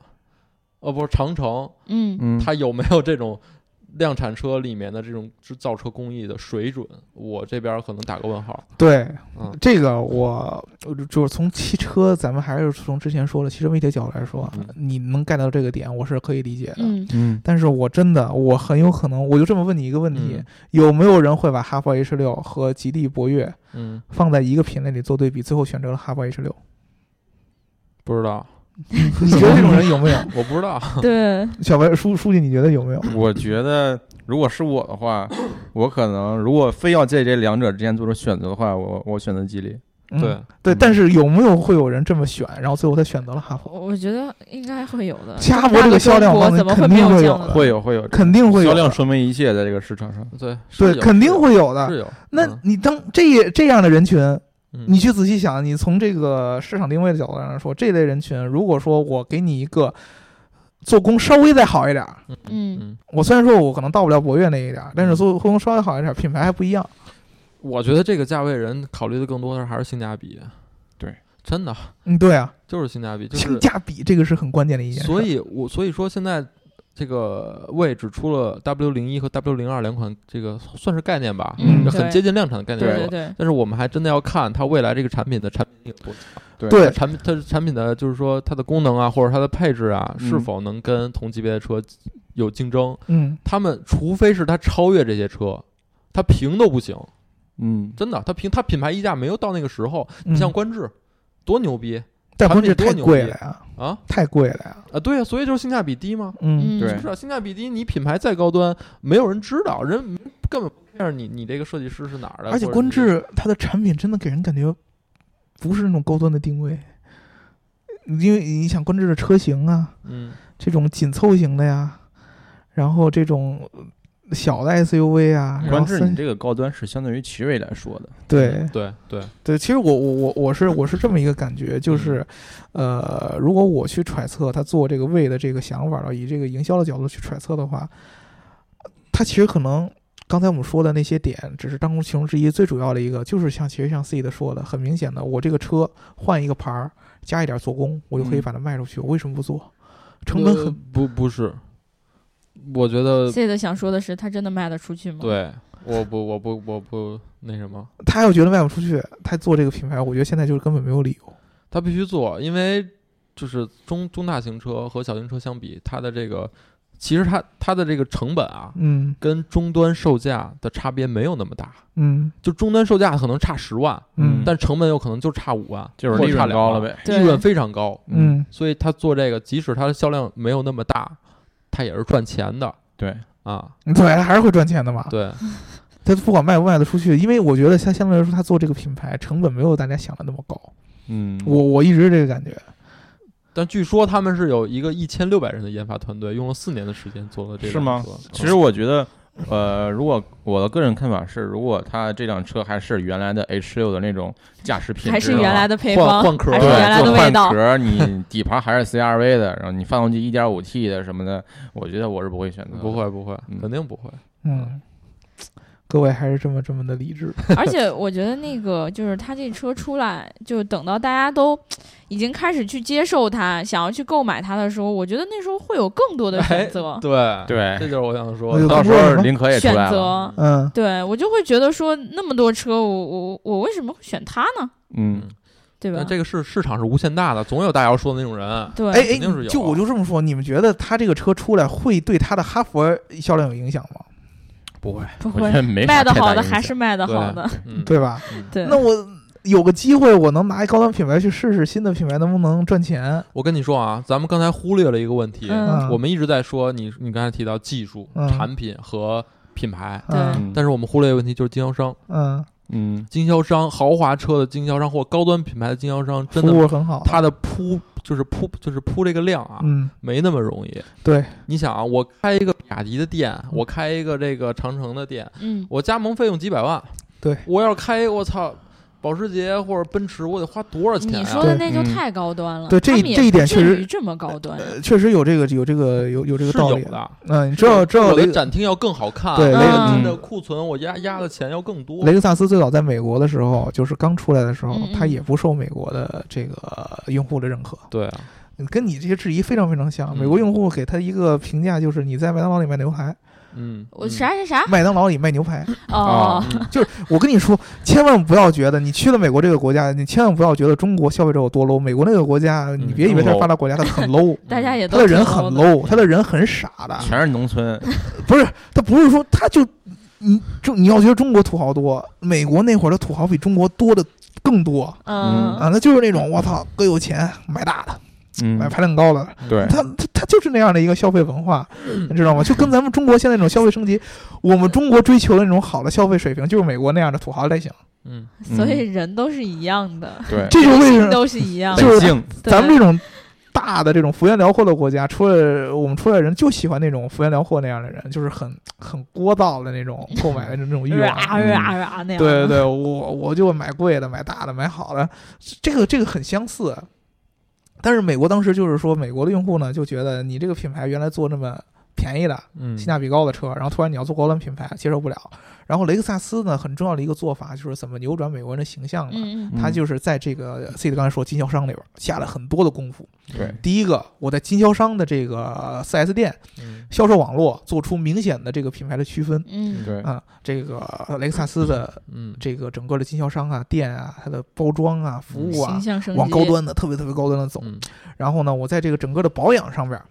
F: 呃，不是长城，
C: 嗯
E: 嗯，
F: 它有没有这种量产车里面的这种制造车工艺的水准？我这边可能打个问号。
D: 对，
F: 嗯
D: 这个我就是从汽车，咱们还是从之前说了汽车媒体角度来说
F: 嗯，
D: 你能 get 到这个点，我是可以理解的。
C: 嗯
E: 嗯
D: 但是我真的，我很有可能，我就这么问你一个问题
F: 嗯：
D: 有没有人会把哈弗 H 六和吉利博越
F: 嗯，
D: 放在一个品类里做对比，最后选择了哈弗 H 六？
F: 不知道，
D: 你觉得这种人有没有？
F: 我不知道。
C: 嗯对，
D: 小白书书记，你觉得有没有？
E: 我觉得如果是我的话，我可能如果非要介这两者之间做出选择的话，我我选择吉利。
D: 嗯
F: 对
D: 对，
E: 嗯
D: 但是有没有会有人这么选，然后最后他选择了哈弗？
C: 我觉得应该会有的。
D: 加博这个销量
C: 中国
D: 方面
C: 怎么
D: 肯
C: 没
D: 定
C: 有
D: 会
C: 这
D: 有
C: 样的？
E: 会有会有，
D: 肯定会有
E: 销
D: 的
E: 量说明一切，在这个市场上。
F: 对，是
D: 对，
F: 有
D: 肯定会有的。
F: 是有。
D: 那
F: 嗯
D: 你当这这样的人群，
F: 嗯
D: 你去仔细想，你从这个市场定位的角度上来说，这类人群，如果说我给你一个做工稍微再好一点儿，
C: 嗯，
F: 嗯，
D: 我虽然说我可能到不了博越那一点儿，但是做工稍微好一点儿，品牌还不一样。
F: 我觉得这个价位人考虑的更多的还是性价比。
E: 对，
F: 真的
D: 嗯，对啊，
F: 就是性价比，就
D: 性
F: 是
D: 价比这个是很关键的一件事。
F: 所，以我所以说现在这个魏只出了 W 零一和 W 零二两款，这个算是概念吧，
C: 嗯
F: 就
C: 对
F: 很接近量产的概念
C: 对对。
F: 车
D: 嗯
C: 对，
F: 但是我们还真的要看它未来这个产品的产品有多强，
D: 对
F: 产品它产品的就是说它的功能啊，
D: 嗯
F: 或者它的配置啊，
E: 嗯
F: 是否能跟同级别的车有竞争？
D: 嗯，
F: 他们除非是它超越这些车，它评都不行，
E: 嗯，
F: 真的，它评它品牌溢价没有到那个时候。
D: 嗯
F: 你像观致，多牛逼
D: 但
F: 产
D: 关
F: 品
D: 键
F: 多
D: 太
F: 牛
D: 贵
F: 逼
D: 了呀，
F: 啊
D: 太贵了呀。
F: 啊！对呀、所以就是性价比低嘛，
D: 嗯，
C: 嗯
E: 对
F: 是不是啊？性价比低，你品牌再高端，没有人知道，人根本不 care 你你这个设计师是哪儿的，
D: 而且
F: 或者
D: 观
F: 你
D: 致它的产品真的给人感觉不是那种高端的定位，因为你想观致的车型啊，
F: 嗯
D: 这种紧凑型的呀，然后这种呃小的 SUV 啊，然
E: 观
D: 后
E: 致，
D: 三
E: 你这个高端是相对于奇瑞来说的，
D: 对
F: 对对，
D: 对，其实我我我我是我是这么一个感
E: 嗯
D: 觉，就是，呃，如果我去揣测他做这个位的这个想法了，以这个营销的角度去揣测的话，他其实可能刚才我们说的那些点只是当中其中之一，最主要的一个就是像其实像 C 的说的，很明显的，我这个车换一个牌儿，加一点做工，我就可以
E: 嗯
D: 把它卖出去，我为什么不做？成本
F: 呃
D: 很
F: 不不是，我觉得
E: 呃
C: C 的想说的是，他真的卖得出去吗？，
F: 对，我不，我不，我不那什么，
D: 他要觉得卖不出去，他做这个品牌，我觉得现在就是根本没有理由。
F: 他必须做，因为就是中中大型车和小型车相比，它的这个其实它它的这个成本啊，
D: 嗯
F: 跟终端售价的差别没有那么大，
D: 嗯
F: 就终端售价可能差十万，
D: 嗯
F: 但成本有可能就差五万，
E: 就是
F: 或
E: 利
F: 者差
E: 润
F: 两
E: 高
F: 万
E: 了，呗。
C: 对
F: 利润非常高，
D: 嗯
F: 所以他做这个，即使它的销量没有那么大，它也是赚钱的
E: 对，
F: 啊。
D: 嗯，对，还是会赚钱的嘛。
F: 对，
D: 他不管卖不卖得出去，因为我觉得他相对来说，他做这个品牌成本没有大家想的那么高。
E: 嗯，
D: 我我一直是这个感觉，
F: 但据说他们是有一个一千六百人的研发团队，用了四年的时间做了这个。嗯
E: 是吗？
C: 哦
E: 其实我觉得，呃，如果我的个人看法是，如果它这辆车还是原来的 H 六的那种驾驶品质的话，啊
C: 还是原来的配
F: 换
C: 方，
F: 换壳
C: 还
E: 对，
C: 是原来的
E: 就
C: 味道
E: 换壳儿，你底盘还是 CRV 的，然后你发动机 1.5T 的什么的，我觉得我是不会选择的，
F: 不会不会
E: 嗯，
F: 肯定不会。
D: 嗯，各位还是这么这么的理智，
C: 而且我觉得那个就是他这车出来，就等到大家都已经开始去接受它，想要去购买它的时候，我觉得那时候会有更多的选择。
F: 对，
E: 对
F: 这，就是我想说
D: 我就
F: 的。
E: 到时候林哎可也出
C: 选
E: 来了，
C: 择，
D: 嗯
C: 对我就会觉得说，那么多车，我我我为什么会选它呢？
E: 嗯，
C: 对吧
F: 但？这个市市场是无限大的，总有大姚说的那种人。
C: 对，
D: 哎哎
F: 肯定是，有啊
D: 就我就这么说，你们觉得他这个车出来会对他的哈佛销量有影响吗？
F: 不会，
C: 不
E: 我觉
C: 会
E: 得没啥
C: 卖的
E: 太大
C: 好的
E: 影
C: 还
E: 响
C: 是卖的
F: 对
C: 好的，
F: 嗯，
D: 对吧？
C: 对。
D: 那我有个机会，我能拿一高端品牌去试试新的品牌能不能赚钱？
F: 我跟你说啊，咱们刚才忽略了一个问题，
C: 嗯
D: 嗯，
F: 我们一直在说你，你刚才提到技术、
D: 嗯
F: 产品和品牌，
D: 嗯
E: 嗯
F: 但是我们忽略的问题就是经销商。
D: 嗯，
E: 嗯，
F: 经销商、豪华车的经销商或高端品牌的经销商，真
D: 服
F: 的
D: 务很好，
F: 他的铺就是铺就是铺这个量啊，
D: 嗯
F: 没那么容易。
D: 对，嗯
F: 你想啊，我开一个雅迪的店，我开一个这个长城的店，
C: 嗯，
F: 我加盟费用几百万，
D: 对
F: 我要开我操保时捷或者奔驰，我得花多少钱、啊？
C: 你说的
E: 对
C: 那就
E: 嗯
C: 太高端了，
D: 对这
C: 他们也
D: 这一点
C: 不
D: 确
C: 至
D: 实
C: 于这么高端呀，
D: 呃确实有这个有这个有有这个
F: 是
D: 道
F: 有
D: 理。
F: 的。
D: 嗯，你知道知道
F: 我
D: 雷
F: 的
D: 克
F: 展厅要更好看，
D: 对
F: 我
C: 雷
F: 的
E: 嗯
F: 的库存我压压的钱要更多。
D: 雷克萨斯最早在美国的时候，就是刚出来的时候
C: 嗯嗯，
D: 它也不受美国的这个用户的认可，嗯
F: 对啊，
D: 跟你这些质疑非常非常像。
F: 嗯
D: 美国用户给他一个评价就是你在麦当劳里卖牛排，
F: 嗯，
C: 我
F: 嗯
C: 啥啥啥
D: 麦当劳里卖牛排。
C: 哦，
F: 嗯
D: 我跟你说，千万不要觉得你去了美国这个国家，你千万不要觉得中国消费者有多 low。美国那个国家，
F: 嗯
D: 你别以为它是发达国家，它 很 low，
C: 大家也
D: 它
C: 都
D: 的人
C: 挺
D: 很
C: 高的
D: low，它的人很傻的。
F: 啊
E: 全是农 村，
D: 不是，他不是说他就，你就你要觉得中国土豪多，美国那会儿的土豪比中国多的更多
C: 嗯
D: 啊，那就是那种我操，哥有钱买大的，
E: 嗯
D: 买，排量高的，
E: 对，
D: 他他他就是那样的一个消费文化，
C: 嗯
D: 你知道吗？就跟咱们中国现在那种消费升级，我们中国追求的那种好的消费水平，就是美国那样的土豪类型。
F: 嗯，
C: 所以人都是一样 的，
E: 对，
D: 这就是为什
C: 心
D: 么
C: 都是一样的，
D: 就是
E: 北京，
C: 对
D: 咱们这种。大的这种幅员辽阔的国家，出来我们出来人就喜欢那种幅员辽阔那样的人，就是很很聒噪的 那种购买的那种嗯欲
C: 啊
D: 望。
C: 啊啊啊那样的，
D: 对对对，我我就买贵的，买大的，买好的，这个这个很相似。但是美国当时就是说，美国的用户呢就觉得你这个品牌原来做那么便宜的、
F: 嗯
D: 性价比高的车，然后突然你要做高端品牌，接受不了。然后雷克萨斯呢，很重要的一个做法就是怎么扭转美国人的形象呢？
C: 嗯嗯
D: 他就是在这个 C 的刚才说经销商里边下了很多的功夫。
E: 对，
D: 第一个，我在经销商的这个 4S 店
F: 嗯
D: 销售网络做出明显的这个品牌的区分
C: 嗯，
E: 对，
D: 啊、这个雷克萨斯的
F: 嗯，
D: 这个整个的经销商啊、店啊、它的包装啊、服务啊
C: 形，
E: 嗯
C: 象升级，
D: 往高端的、特别特别高端的走。
F: 嗯
D: 然后呢，我在这个整个的保养上边儿，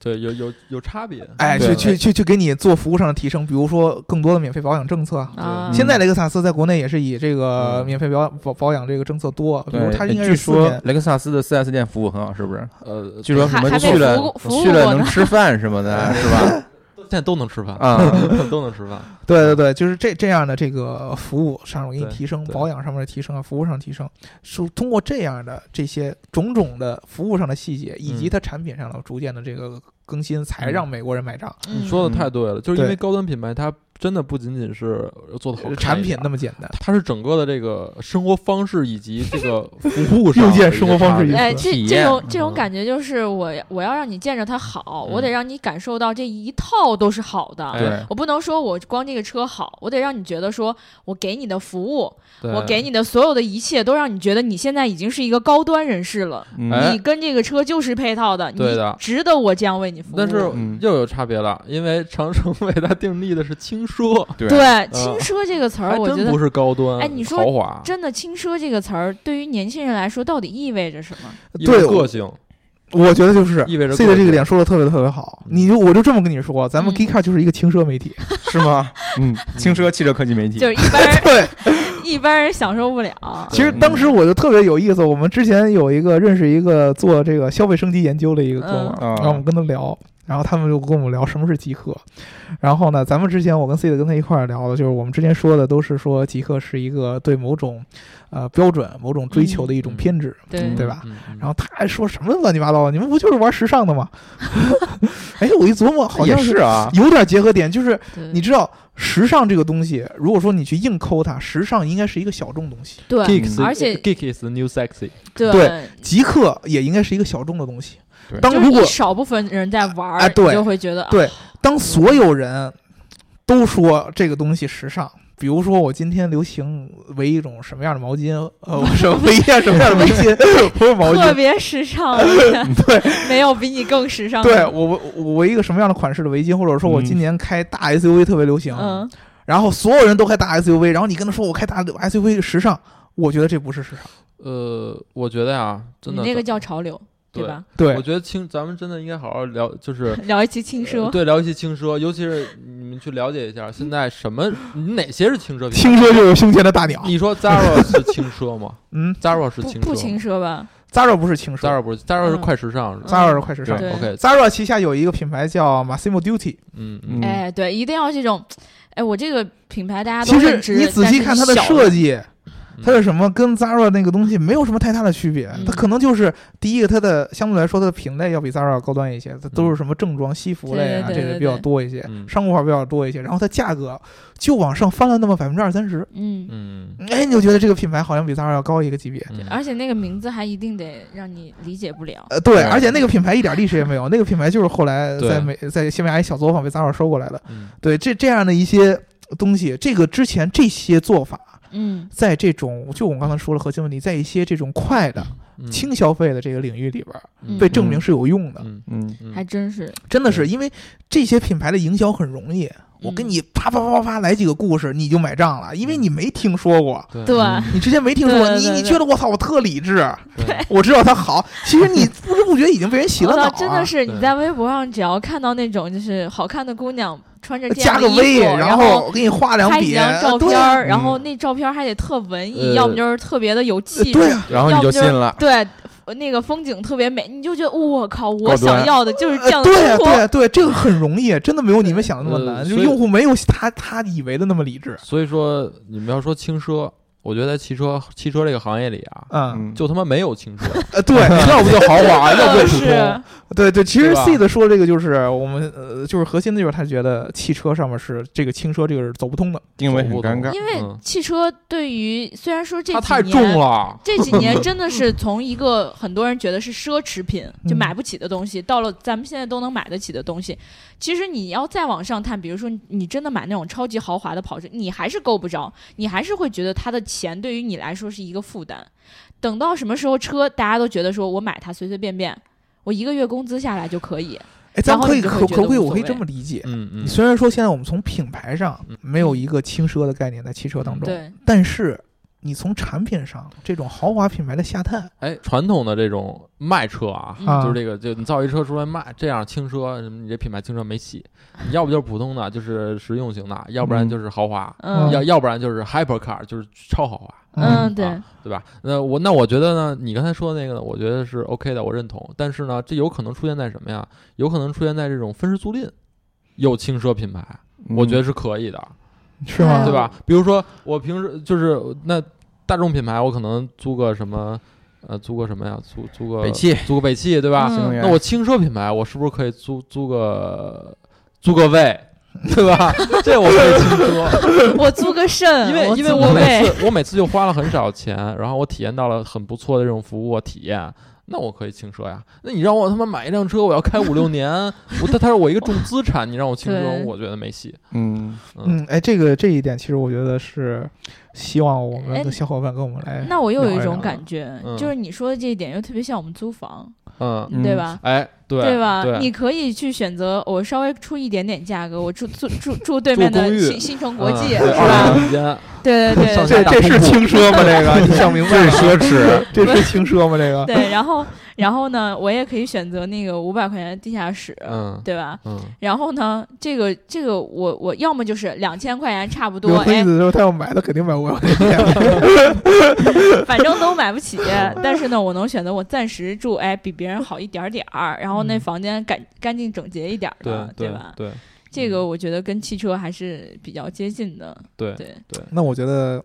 F: 对，有有有差别。
D: 哎，
E: 嗯对
D: 去去去去给你做服务上的提升，比如说更多的免费保养政策啊。
C: 啊，
E: 嗯
D: 现在雷克萨斯在国内也是以这个
F: 嗯
D: 免费保养保保养这个政策多，比如
E: 对
D: 它应该是
E: 据
D: 四
E: 说
D: 年，
E: 雷克萨斯的 4S 店服务很好，是不是？
F: 呃，
E: 据说什么
C: 还还
E: 去了
C: 没服务服务
E: 去了
C: 过
E: 能
C: 呢
E: 吃饭什 么的，是吧？
F: 现在都能吃饭，
E: 啊，
F: 都能吃饭。
D: 对对对，就是这这样的这个服务上我给你
F: 对
D: 提升，
F: 对
D: 保养上面的提升啊，服务上提升，是通过这样的这些种种的服务上的细节，以及
F: 嗯
D: 它产品上的逐渐的这个更新，才
F: 嗯
D: 让美国人买账。
C: 嗯
F: 你说的太对了，就是因为
D: 对
F: 高端品牌，它真的不仅仅是做的好看
D: 产
F: 一
D: 品
F: 点
D: 那么简单。
F: 它是整个的这个生活方式以及 这个服务上
D: 又
F: 的一
D: 见
F: 个差别，
D: 生活方式一
C: 哎，
D: 次
C: 这
E: 体
C: 这
E: 验
C: 种这
F: 嗯
C: 种感觉就是我我要让你见着它好，我
F: 嗯
C: 得让你感受到这一套都是好的。
F: 哎
E: 对，
C: 我不能说我光这个车好，我得让你觉得说我给你的服务，
F: 对
C: 我给你的所有的一切都让你觉得你现在已经是一个高端人士了，
E: 嗯
F: 哎
C: 你跟这个车就是配套的，你
F: 对的
C: 值得我这样为你服务。
F: 但是
E: 嗯
F: 又有差别了，因为长城为它定义的是轻奢，
E: 对
C: 对，轻奢这个词儿，
F: 还
C: 哎我觉
F: 真
C: 得
F: 不是高端，
C: 哎你说
F: 豪华，
C: 真的轻奢这个词儿对于年轻人来说到底意味着什么？
F: 意味着
D: 对
F: 个性，
D: 我觉得就是
F: 意味着嗯
D: C
F: 个
D: 的这
F: 性
D: 个点说的特别特别好，你就我就这么跟你说，咱们
C: 嗯
D: Gika 就是一个轻奢媒体，
E: 是吗？ 嗯，轻奢汽车科技媒体
C: 就是一般人
D: 对，
C: 一般人享受不了。
D: 其实当时我就特别有意思，我们之前有一个认识一个做这个消费升级研究的一个哥们儿，
E: 嗯啊
D: 然后
F: 哦
D: 我们跟他聊，然后他们就跟我们聊什么是极客。然后呢，咱们之前我跟 C 的跟他一块儿聊的，就是我们之前说的都是说极客是一个对某种呃标准、某种追求的一种偏执，
C: 对
D: 对吧？
F: 嗯？嗯
D: 然后他还说什么乱七八糟的，你们不就是玩时尚的吗？ 哎，我一琢磨，好
E: 也
D: 像
E: 是啊，
D: 有点结合点，就是
C: 对
D: 你知道，时尚这个东西，如果说你去硬抠它，时尚应该是一个小众东西。
C: 对
F: Geek is-
C: 而且
F: geek is the new sexy，
C: 对
D: 对，极客也应该是一个小众的东西
E: 对。
D: 当
C: 就是
D: 如果
C: 一少部分人在玩儿，
D: 哎对
C: 你就会觉得啊
D: 对当所有人都说这个东西时尚，比如说我今天流行围一种什么样的毛巾，呃，我是围一件什么 样的 围巾，不是毛
C: 特
D: 巾，
C: 别时尚，对， 没有比你更时尚
D: 对
C: 的。
D: 我我我围一个什么样的款式的围巾，或者说我
E: 嗯
D: 今年开大 SUV 特别流行，
C: 嗯，
D: 然后所有人都开大 SUV，然后你跟他说我开大 SUV 时尚，我觉得这不是时尚，
F: 呃，我觉得呀，真
C: 你
F: 的
C: 那个叫潮流，对吧？
D: 对
F: 我，觉得轻，咱们真的应该好好聊，就是
C: 聊一期轻奢嗯
F: 呃，对，聊一些轻奢，尤其是你们去了解一下，现在什么哪些是轻奢品牌？
D: 轻奢就是胸前的大鸟，
F: 你说 Zara 是轻奢吗
D: 嗯
F: ？Zara 是
C: 不
F: 轻
C: 不
F: 奢
C: 轻
F: 吗
C: 奢吧？
D: ，Zara 不是轻奢
F: ，Zara 不是，Zara 是
C: 嗯
F: 快时尚是吧
D: ，Zara 是快时尚。
C: 对
F: ？OK，
D: Zara 旗下有一个品牌叫 Massimo Dutti，
F: 嗯
E: 嗯
F: 嗯，
C: 哎，对，一定要这种，哎，我这个品牌大家
D: 其
C: 都认知，
D: 实你仔细看它的设
C: 计，
D: 计，
F: 嗯
D: 它的什么跟 Zara 那个东西没有什么太大的区别，
C: 嗯
D: 它可能就是第一个它的相对来说它的品类要比 Zara 高端一些，它都是什么正装、西服类啊
C: 对对对
D: 这
C: 对
D: 个
C: 对
D: 比较多一些，
F: 嗯
D: 商务化比较多一些，然后它价格就往上翻了那么百分之二三十，
C: 嗯，
F: 嗯，
D: 哎，你就觉得这个品牌好像比 Zara 要高一个级别。
F: 嗯
C: 而且那个名字还一定得让你理解不了。
D: 呃，对，
E: 对
D: 而且那个品牌一点历史也没有，那个品牌就是后来在美在西班牙一小作坊被 Zara 收过来的。
F: 嗯
D: 对，这这样的一些东西，这个之前这些做法，
C: 嗯，
D: 在这种就我们刚才说了核心问题，在一些这种快的、
F: 嗯
D: 轻消费的这个领域里边儿，
F: 嗯
D: 被证明是有用的。
F: 嗯
E: 嗯，
F: 嗯
C: 还真是，
D: 真的是因为这些品牌的营销很容
F: 嗯
D: 易，我跟你啪啪啪啪啪来几个故事，你就买账了，因为你
F: 嗯
D: 没听说过。
F: 对
C: 对，
D: 你之前没听说过，
C: 对对
D: 你
C: 对
D: 你
C: 对
D: 觉得我操，我特理智，
F: 对
D: 我知道它好。其实你不知不觉已经被人洗
C: 我
D: 了
C: 操，
D: 脑啊，
C: 真的是
F: 对
C: 你在微博上只要看到那种就是好看的姑娘穿着这样
D: 呃加
C: 的
D: 个
C: 衣
D: V，
C: 服
D: 然
C: 然
D: 后给你画两
C: 拍
D: 笔
C: 几张，照
D: 对
C: 片
D: 啊
C: 儿，然后
E: 嗯
C: 那照片儿还得特文艺，
F: 呃
C: 要么就是特别的有气质，
D: 对啊，
E: 然后你就信了，
C: 对，呃那个风景特别美，你就觉得我靠，我
E: 高端
C: 想要的就是这样
D: 呃
C: 的
D: 对啊
C: 生活。
D: 对啊对啊，这个很容易，真的没有你们想的那么
F: 呃
D: 难，就
F: 所
D: 是
F: 以
D: 用户没有他他以为的那么理智。
F: 所以说你们要说轻奢，我觉得在汽车汽车这个行业里啊，
D: 嗯，
E: 嗯，
F: 就他妈没有轻 奢，
D: 呃， 对，要不就豪华，要不就普通。
C: 是，
D: 对对，其实
F: 对吧
D: C 的说这个就是我们呃，就是核心的就是他觉得汽车上面是这个轻奢这个是走不通的。
E: 定位很尴尬，
C: 因为
F: 嗯
C: 汽车对于虽然说这
F: 它
C: 几
F: 太
C: 年
F: 重了。
C: 这几年真 的是从一个很多人觉得是奢侈品，
F: 嗯
C: 就买不起的东西，到了咱们现在都能买得起的东西。其实你要再往上探，比如说你真的买那种超级豪华的跑车，你还是够不着，你还是会觉得它的钱对于你来说是一个负担。等到什么时候车大家都觉得说我买它随随便便，我一个月工资下来就可以，
D: 哎，咱
C: 然后
D: 们可以
C: 你就会觉
D: 可
C: 得
D: 可不可以？
C: 无
D: 我可以
C: 所
D: 这
C: 谓
D: 么理解。
F: 嗯嗯
D: 你，虽然说现在我们从品牌上
F: 嗯
D: 没有一个轻奢的概念在汽车当中，
C: 嗯对，
D: 但是你从产品上这种豪华品牌的下探，
F: 哎，传统的这种卖车啊，
C: 嗯
D: 啊
F: 就是这个，就你造一车出来卖，这样轻奢，嗯你这品牌轻奢没戏。你要不就是普通的，就是实用型的，要不然就是豪华，
C: 嗯
F: 要要不然就是 hyper car，就是超豪华，
C: 嗯，对，
F: 啊对吧？那我那我觉得呢，你刚才说的那个呢，我觉得是 OK 的，我认同。但是呢，这有可能出现在什么呀？有可能出现在这种分时租赁，有轻奢品牌，
E: 嗯
F: 我觉得是可以的。
D: 是
C: 哎
D: 吗？
C: 呀
F: 对吧？比如说我平时就是那大众品牌，我可能租个什么，呃，租个什么呀？租租个
E: 北汽，
F: 租个北汽，对吧？
C: 嗯
E: 新能源，
F: 那我轻奢品牌，我是不是可以租租个租个位，对吧？这我可以轻奢，
C: 我租个 肾，
F: 因为因为
C: 租
F: 我
C: 个
F: 每
C: 胃
F: 次我每次就花了很少钱，然后我体验到了很不错的这种服务体验。那我可以轻奢呀？那你让我他妈买一辆车，我要开五六年，我他他是我一个重资产，你让我轻
C: 对
F: 奢，我觉得没戏。
E: 嗯，
D: 嗯，哎，这个这一点其实我觉得是希望我们
C: 哎
D: 的小伙伴跟我们来
C: 那我又有一种
D: 聊一聊
C: 感觉，
F: 嗯
C: 就是你说的这一点又特别像我们租房，
F: 嗯，
E: 嗯
C: 对吧？
F: 哎，对
C: 对吧？
F: 对
C: 你可以去选择我稍微出一点点价格，我住住住住对面
F: 住
C: 的
F: 公寓
C: 新新城国际，是
F: 嗯对二
C: 吧？
F: 房间，
C: 对对对
E: 上
C: 对
D: 这这是轻奢吗？ 这个你想明白
E: 这
D: 了
E: 是
D: 吗？
E: 奢 侈，
D: 这是轻奢吗？这个
C: 对，然后然后呢，我也可以选择那个五百块钱的地下室，
F: 嗯
C: 对吧？
F: 嗯，
C: 然后呢，这个这个我我要么就是两千块钱差不多
D: 有，意
C: 哎，
D: 思说他要买的肯定买 五百块钱，
C: 反正都买不起，但是呢，我能选择我暂时住，哎，比别人好一点儿点儿，然后那
D: 嗯
C: 房间干干净整洁一点儿
F: 对
C: 的，
F: 对
C: 啊吧？
F: 对
C: 这
D: 嗯
C: 个我觉得跟汽车还是比较接近的，
F: 对
C: 对，
D: 那我觉得，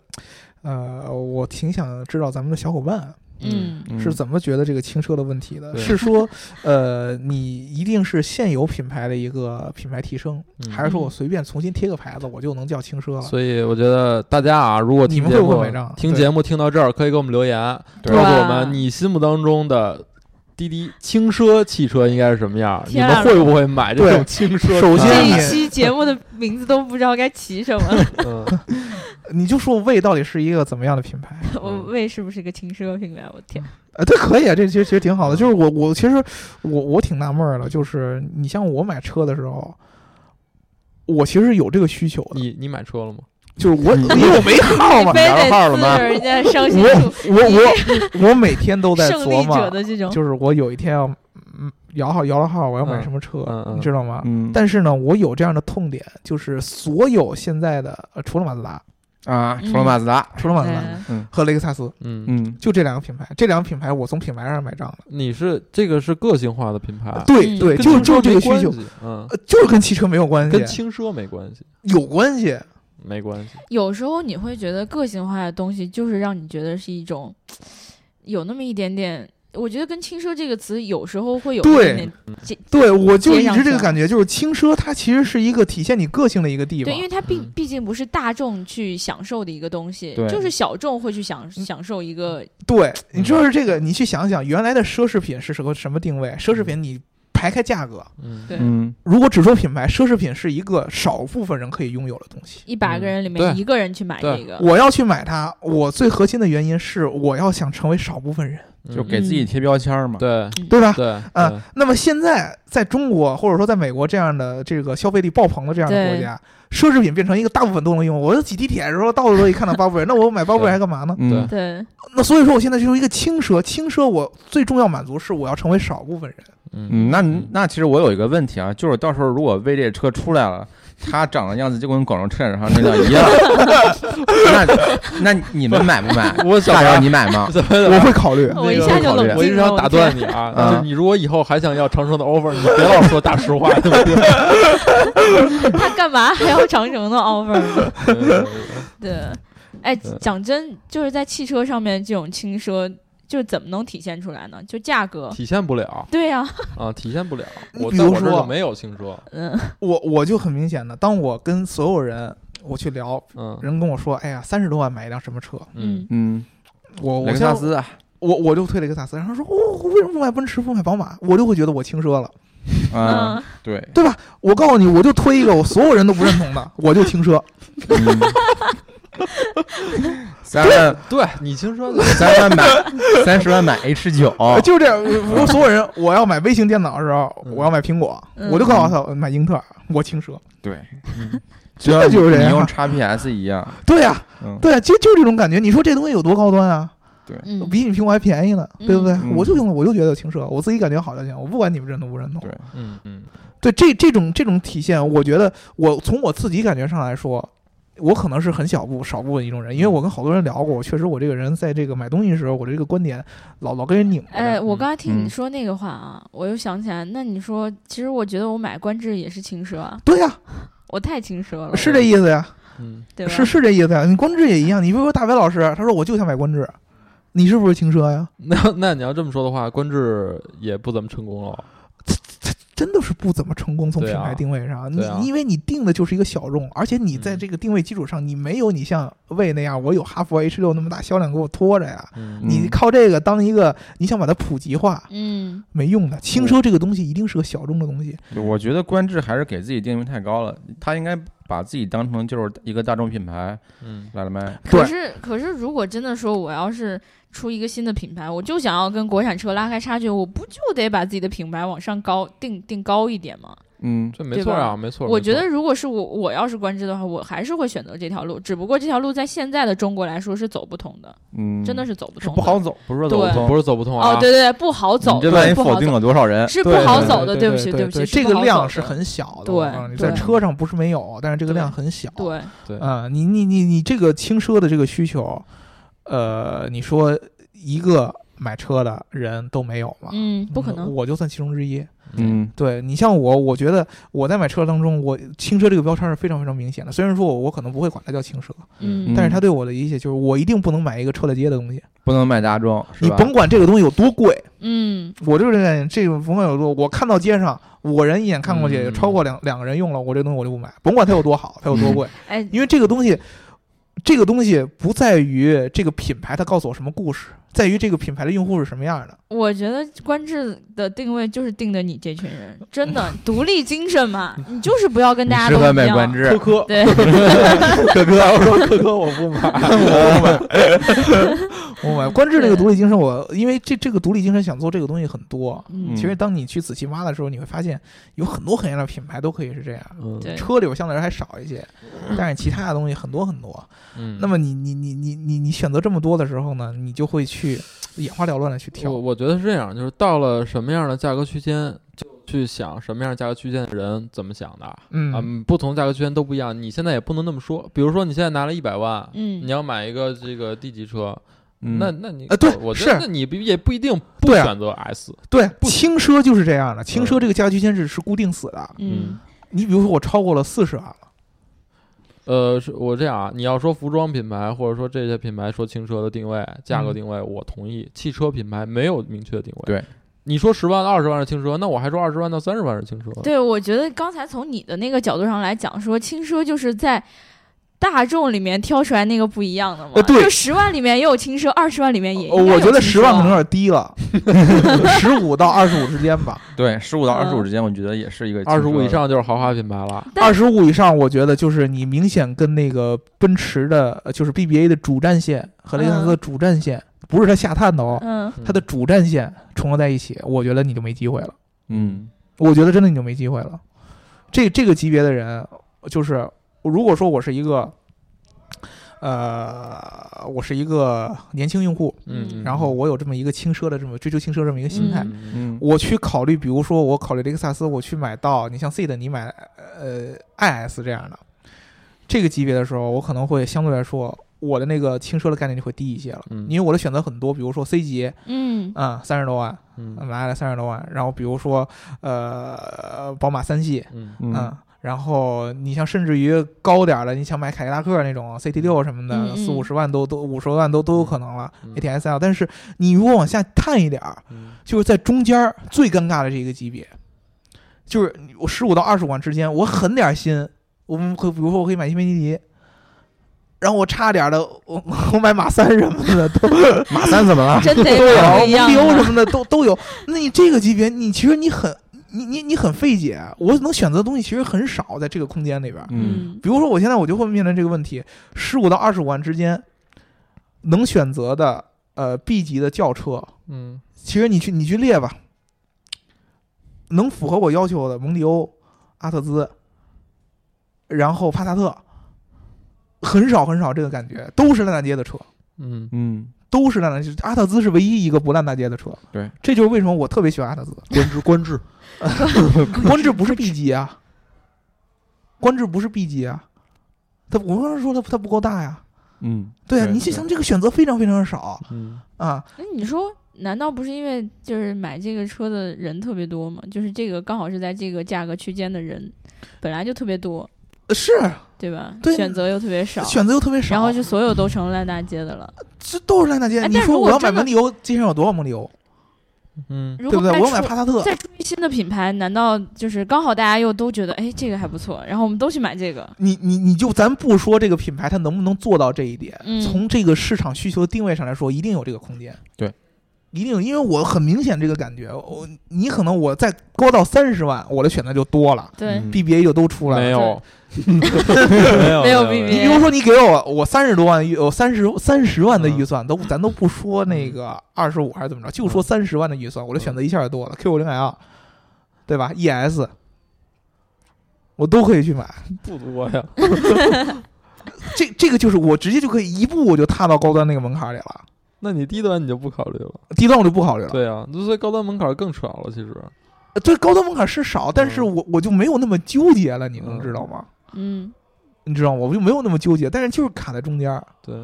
D: 呃，我挺想知道咱们的小伙伴
C: 嗯
D: 是怎么觉得这个轻奢的问题的。
F: 对
D: 是说，呃，你一定是现有品牌的一个品牌提升，
F: 嗯
D: 还是说我随便重新贴个牌子我就能叫轻奢了？
F: 所以我觉得大家啊，如果
D: 啊你
F: 听
D: 们
F: 节
D: 会不会
F: 目
D: 买账
F: 听
D: 对
F: 节目听到这儿，可以给我们留言，告
E: 对
F: 诉我
C: 哇
F: 们你心目当中的滴滴轻奢汽车应该是什么样？你
C: 天啊
F: 们会不会买这种
D: 对
F: 轻奢？
D: 首
C: 这
D: 先
C: 一
D: 你
C: 期节目的名字都不知道该起什么，
F: 嗯，
D: 你就说魏到底是一个怎么样的品 牌？
C: 我为是不是个轻奢品牌？啊我天，
D: 呃，对，可以啊，这其实其实挺
F: 嗯
D: 好的。就是我我其实我我挺纳闷儿的，就是你像我买车的时候。我其实有这个需求的，
F: 你你买车了吗？
D: 就是我，
E: 你
D: 因为我没号嘛
C: 你，非
E: 摇
C: 得
E: 号了
C: 滋
E: 吗
C: 着人 家伤心处，
D: 我我我我每天都在
C: 胜
D: 琢
C: 利
D: 磨，
C: 者的这种，
D: 就是我有一天要嗯摇号摇了号，我要买
F: 嗯
D: 什么车，
F: 嗯嗯
D: 你知道吗？
E: 嗯
D: 但是呢，我有这样的痛点，就是所有现在的、呃、除了马自达，
E: 啊，除了马自
F: 哎
E: 达，
D: 除了马自达、
C: 嗯
D: 和雷克萨斯，
F: 嗯，
E: 嗯，
D: 就这两个品牌，这两个品牌我从品牌上买账了。
F: 你是这个是个性化的品牌，啊
D: 对
C: 嗯
D: 对，
F: 跟
D: 就
F: 轻奢
D: 就这个
F: 没
D: 需
F: 关
D: 求，
F: 系，嗯，
D: 呃就是跟汽车没有关
F: 跟嗯
D: 系，
F: 轻奢没关系，
D: 有关系。
F: 没关系。
C: 有时候你会觉得个性化的东西，就是让你觉得是一种有那么一点点。我觉得跟“轻奢”这个词有时候会有一
D: 对
C: 点点
D: 对，我就
C: 接
D: 一
C: 上
D: 直这个
C: 去
D: 感觉，就是轻奢它其实是一个体现你个性的一个地方
C: 对，。因为它毕
F: 嗯
C: 毕竟不是大众去享受的一个东西，
E: 对
C: 就是小众会去享
D: 嗯
C: 享受一个
D: 对，你知道
F: 嗯
D: 是这个，你去想想原来的奢侈品是什么什么定位？奢侈品你排开价格，
F: 嗯，
C: 对
E: 嗯，
D: 如果只说品牌，奢侈品是一个少部分人可以拥有的东西。
C: 一百个人里面
F: 对
C: 一个人去买
F: 对
C: 这个，
D: 我要去买它，我最核心的原因是我要想成为少部分人，
E: 就给
C: 嗯
E: 自己贴标签儿嘛。
F: 嗯对
D: 对吧？
F: 对
D: 啊、
F: 对
D: 那么现在在中国或者说在美国这样的这个消费力爆棚的这样的
C: 对
D: 国家，奢侈品变成一个大部分都能用。我就挤地铁的时候到处都可以看到包布人，那我买包布人还干嘛呢？
E: 嗯，
C: 对，
D: 那所以说我现在就是一个轻奢，轻奢我最重要满足是我要成为少部分人。
E: 嗯，那那其实我有一个问题啊，就是到时候如果为这车出来了，它长的样子就跟广州车展上那辆一样，那那你们买不买？
F: 我想
E: 大姚，你买 吗？
F: 怎么怎
D: 我
F: 么
D: 会考虑，
C: 我一下就冷静了。
F: 我一直想
C: 我
F: 打
C: 天
F: 断你啊，
E: 嗯
F: 就是你如果以后还想要长城的 offer，你别老说大实话。对 吧
C: 他干嘛还要长城的 offer 呢？
F: 嗯
C: 对，哎，讲真，就是在汽车上面这种轻奢，就是怎么能体现出来呢？就价格，
F: 体现不了
C: 对呀、
F: 啊，体现不了。
D: 你
F: 我
D: 比
F: 在
D: 如
F: 我这儿
D: 说
F: 就没有轻奢，
C: 嗯，
D: 我我就很明显的，当我跟所有人我去聊，
F: 嗯
D: 人跟我说，哎呀，三十多万买一辆什么车？
F: 嗯
E: 嗯，
D: 我
E: 雷
D: 我
E: 克萨
D: 像
E: 斯啊，
D: 我我就推雷克萨斯，然后说哦，为什么不买奔驰不买宝马？我就会觉得我轻奢了。嗯
C: 嗯
E: 啊，对，
D: 我告诉你，我就推一个我所有人都不认同的，我就轻奢。
E: 嗯三万
F: 对你轻 奢的，
E: 三万买三十万买 H 九，
D: 就这样，我我所有人我要买微型电脑的时候，我要买苹果，
C: 嗯
D: 我就告诉他买英特尔，我轻奢。
E: 对，
F: 嗯
E: 就像
D: 真的 就是这
E: 你
D: 样
E: 用 XPS 一样，
D: 对呀、
E: 嗯，
D: 对呀、就就这种感觉。你说这东西有多高端啊？
C: 嗯，
D: 比你苹果还便宜呢，对不对？
E: 嗯
D: 我就用了，我就觉得轻奢，我自己感觉好就行，我不管你们认同不认同。
E: 对
F: 嗯嗯
D: 对这这种这种体现，我觉得我从我自己感觉上来说，我可能是很小部少部分一种人，因为我跟好多人聊过，我确实我这个人在这个买东西的时候，我这个观点老老跟人拧巴着。
C: 哎，我
F: 嗯
C: 刚才听你
E: 嗯
C: 说那个话啊，我又想起来，那你说，其实我觉得我买观致也是轻奢啊，
D: 对呀、
C: 我太轻奢了，
D: 是这意思呀，
F: 嗯，
C: 对吧？
D: 是是这意思呀。你观致也一样，你比如说大白老师，他说我就想买观致，你是不是轻奢呀？
F: 那那你要这么说的话，观致也不怎么成功了。
D: 真的是不怎么成功，从
F: 对
D: 品
F: 啊
D: 牌定位上，你
F: 对啊
D: 你因为你定的就是一个小众，而且你在
F: 嗯
D: 这个定位基础上，你没有你像魏那样，我有哈弗 H 六那么大销量给我拖着呀。
F: 嗯
D: 你
E: 嗯
D: 靠这个当一个，你想把它普及化
C: 嗯，
D: 没用的。轻奢这个东西一定是个小众的东西，
E: 对我觉得观致还是给自己定位太高了，它应该把自己当成就是一个大众品牌
F: 嗯，
E: 来了卖。
D: 对
C: 可是，可是，如果真的说我要是出一个新的品牌，我就想要跟国产车拉开差距，我不就得把自己的品牌往上高定定高一点吗？
E: 嗯，
F: 这没错
C: 对
F: 啊，
C: 吧
F: 没错。
C: 我
F: 没错
C: 觉得，如果是我我要是官至的话，我还是会选择这条路，只不过这条路在现在的中国来说是走不通的，
E: 嗯，
C: 真的是走不
D: 是
C: 通的，
D: 不好走。
E: 不是走不
C: 对
E: 通
F: 不是走不通啊。
C: 哦，对对对，不好走，
E: 你这万一
C: 对不好
E: 否
C: 走
E: 定了多少人？
C: 是不
D: 对
C: 好走的，
D: 对
C: 不起，
D: 对
C: 不起，
D: 这
C: 不
D: 个
C: 好
D: 量
C: 走
D: 是
C: 的
D: 很小的，
C: 对
D: 我告诉你在
C: 对
D: 车上不是没有，但是这个量很小。
C: 对，
F: 对
D: 啊、你你你你这个轻奢的这个需求，呃，你说一个买车的人都没有吗？
C: 嗯，不可能，
D: 我就算其中之一。
E: 嗯，
D: 对你像我，我觉得我在买车当中，我轻奢这个标签是非常非常明显的。虽然说我我可能不会管它叫轻奢，
C: 嗯，
D: 但是它对我的理解就是，我一定不能买一个臭大街的东西。
E: 不能买大众，是
D: 你
E: 吧？
D: 甭管这个东西有多贵，
C: 嗯，
D: 我就是这个概念，这个甭管有多，我看到街上，我人一眼看过去
F: 嗯
D: 超过两两个人用了，我这东西我就不买，甭管它有多好，它有多贵。
C: 哎，
D: 因为这个东西，这个东西不在于这个品牌它告诉我什么故事，在于这个品牌的用户是什么样的。
C: 我觉得官至的定位就是定的你这群人，真的独立精神嘛，你就是不要跟
E: 你
C: 大家
E: 适
C: 都
E: 合
C: 一
E: 买
C: 样
E: 官 至，
D: 科，
C: 对，
D: 科 科， 我说
F: 科科我 不买，
D: 我买官至这个独立精神，我因为这这个独立精神想做这个东西很多。
C: 嗯
D: 其实当你去仔细挖的时候，你会发现有很多很样的品牌都可以是这样。
F: 嗯
C: 对嗯
D: 车里我相对来说还少一些，但是其他的东西很多很多。
F: 嗯
D: 那么你你你你你你选择这么多的时候呢，你就会去眼花缭乱的去挑
F: 我。我觉得是这样，就是到了什么样的价格区间，就去想什么样的价格区间的人怎么想的。
D: 嗯，
F: 嗯，不同价格区间都不一样，你现在也不能那么说。比如说，你现在拿了一百万，
C: 嗯
F: 你要买一个这个 D 级车，
E: 嗯
F: 那那你
D: 啊对
F: 我觉得
D: 是
F: 那你不也不一定不
D: 对啊
F: 选择 S，
D: 对，
F: 不嗯
D: 轻奢就是这样的，轻奢这个价格区间是是固定死的。
C: 嗯
D: 你比如说我超过了四十万了，
F: 呃，是我这样啊，你要说服装品牌或者说这些品牌说轻奢的定位、价
D: 嗯
F: 格定位，我同意。汽车品牌没有明确的定位。
E: 对，
F: 你说十万到二十万是轻奢，那我还说二十万到三十万是轻奢。
C: 对，我觉得刚才从你的那个角度上来讲，说轻奢就是在大众里面挑出来那个不一样的嘛。
D: 呃对
C: 就十万里面也有轻奢，二十万里面也应该
D: 呃我
C: 有
D: 觉得
C: 轻
D: 十万
C: 奢啊
D: 可能有点低 了，十五到二十五之间吧。
E: 对十五到二十五
C: 嗯
E: 之间，我觉得也是一个
F: 二十
E: 轻
F: 五
E: 奢
F: 以上就是豪华品牌了。
C: 但
D: 二十五以上，我觉得就是你明显跟那个奔驰的，呃就是 BBA 的主战线和雷克萨斯的主战线，不是它下探的哦，
C: 嗯
D: 它的主战线重合在一起，我觉得你就没机会了。
E: 嗯
D: 我觉得真的你就没机会了。这这个级别的人，就是如果说我是一个，呃，我是一个年轻用户，
F: 嗯，
D: 然后我有这么一个轻奢的这么追求轻奢这么一个心态，
F: 嗯
E: 嗯
D: 我去考虑，比如说我考虑雷克萨斯，我去买到你像 C 的，你买呃 IS 这样的这个级别的时候，我可能会相对来说我的那个轻奢的概念就会低一些了，
F: 嗯
D: 因为我的选择很多，比如说 C 级
C: 嗯
D: 啊三十多万，
F: 嗯
D: 买了三十多万，然后比如说呃宝马三系，
F: 嗯
E: 嗯
D: 嗯，然后你像甚至于高点儿的，你想买凯迪拉克那种 CT 六什么
C: 嗯
D: 的，
C: 嗯
D: 四五十万都都五十万都都有可能了
F: 嗯
D: ，ATS 啊 L。但是你如果往下探一点儿，
F: 嗯
D: 就是在中间儿最尴尬的这一个级别，就是我十五到二十万之间，我狠点儿心，我们可比如说我可以买新梅尼迪。然后我差点儿的，我我买马三什么的都
E: 马三怎么了？
C: 真得
D: 都有，
C: 不一样
D: 蒙迪欧
C: 的
D: 什么的都都有。那你这个级别，你其实你很你你你很费解，我能选择的东西其实很少，在这个空间里边儿。
E: 嗯
C: 嗯
D: 比如说，我现在我就会面临这个问题：十五到二十五万之间，能选择的呃 B 级的轿车，
F: 嗯
D: 其实你去你去列吧，能符合我要求的蒙迪欧、阿特兹，然后帕萨特，很少很少这个感觉，都是烂大街的车。
F: 嗯
E: 嗯
D: 都是烂大街，阿特兹是唯一一个不烂大街的车。
E: 对，
D: 这就是为什么我特别喜欢阿特兹。
F: 官至官至，
D: 观致不是 B 级啊，观致不是 B 级啊，它我刚才说它它不够大呀。
E: 嗯，
D: 对啊，你想想这个选择非常非常少
F: 嗯
D: 啊。
C: 那哎你说，难道不是因为就是买这个车的人特别多吗？就是这个刚好是在这个价格区间的人本来就特别多，
D: 呃是
C: 对吧？
D: 对
C: 选择又特别少，
D: 选择又特别少，
C: 然后就所有都成烂大街的了。
D: 这都是烂大街。
C: 哎
D: 你
C: 但
D: 说
C: 如
D: 我
C: 果
D: 要买
C: 真的
D: 蒙迪欧，街上有多少蒙迪欧，
F: 嗯
C: 如果
D: 对不对？
C: 再
D: 我要买
C: 出
D: 帕萨特，
C: 再出一新的品牌，难道就是刚好大家又都觉得，哎，这个还不错，然后我们都去买这个？
D: 你你你就咱不说这个品牌它能不能做到这一点，
C: 嗯
D: 从这个市场需求定位上来说，一定有这个空间。
E: 对，
D: 一定，因为我很明显这个感觉，我你可能我再高到三十万，我的选择就多了
C: 对，
E: 嗯
D: ，BBA 就都出来
F: 没
D: 了。
F: 有， 没有，
C: 没有 BBA
F: 没
D: 你比如说，你给我我三十多万预，我三十三十万的预算，都咱都不说那个二十五还是怎么着，就说三十万的预算，我的选择一下就多了，Q 五零 L，对吧？ES，我都可以去买。
F: 不多呀。
D: 这这个就是我直接就可以一步我就踏到高端那个门槛里了，
F: 那你低端你就不考虑了，
D: 低端我就不考虑了。
F: 对啊，所以高端门槛更少了，其实。
D: 呃对，高端门槛是少，但
F: 嗯
D: 是我我就没有那么纠结了，你能知道吗？
C: 嗯，
D: 你知道吗？我就没有那么纠结，但是就是卡在中间儿，
F: 对，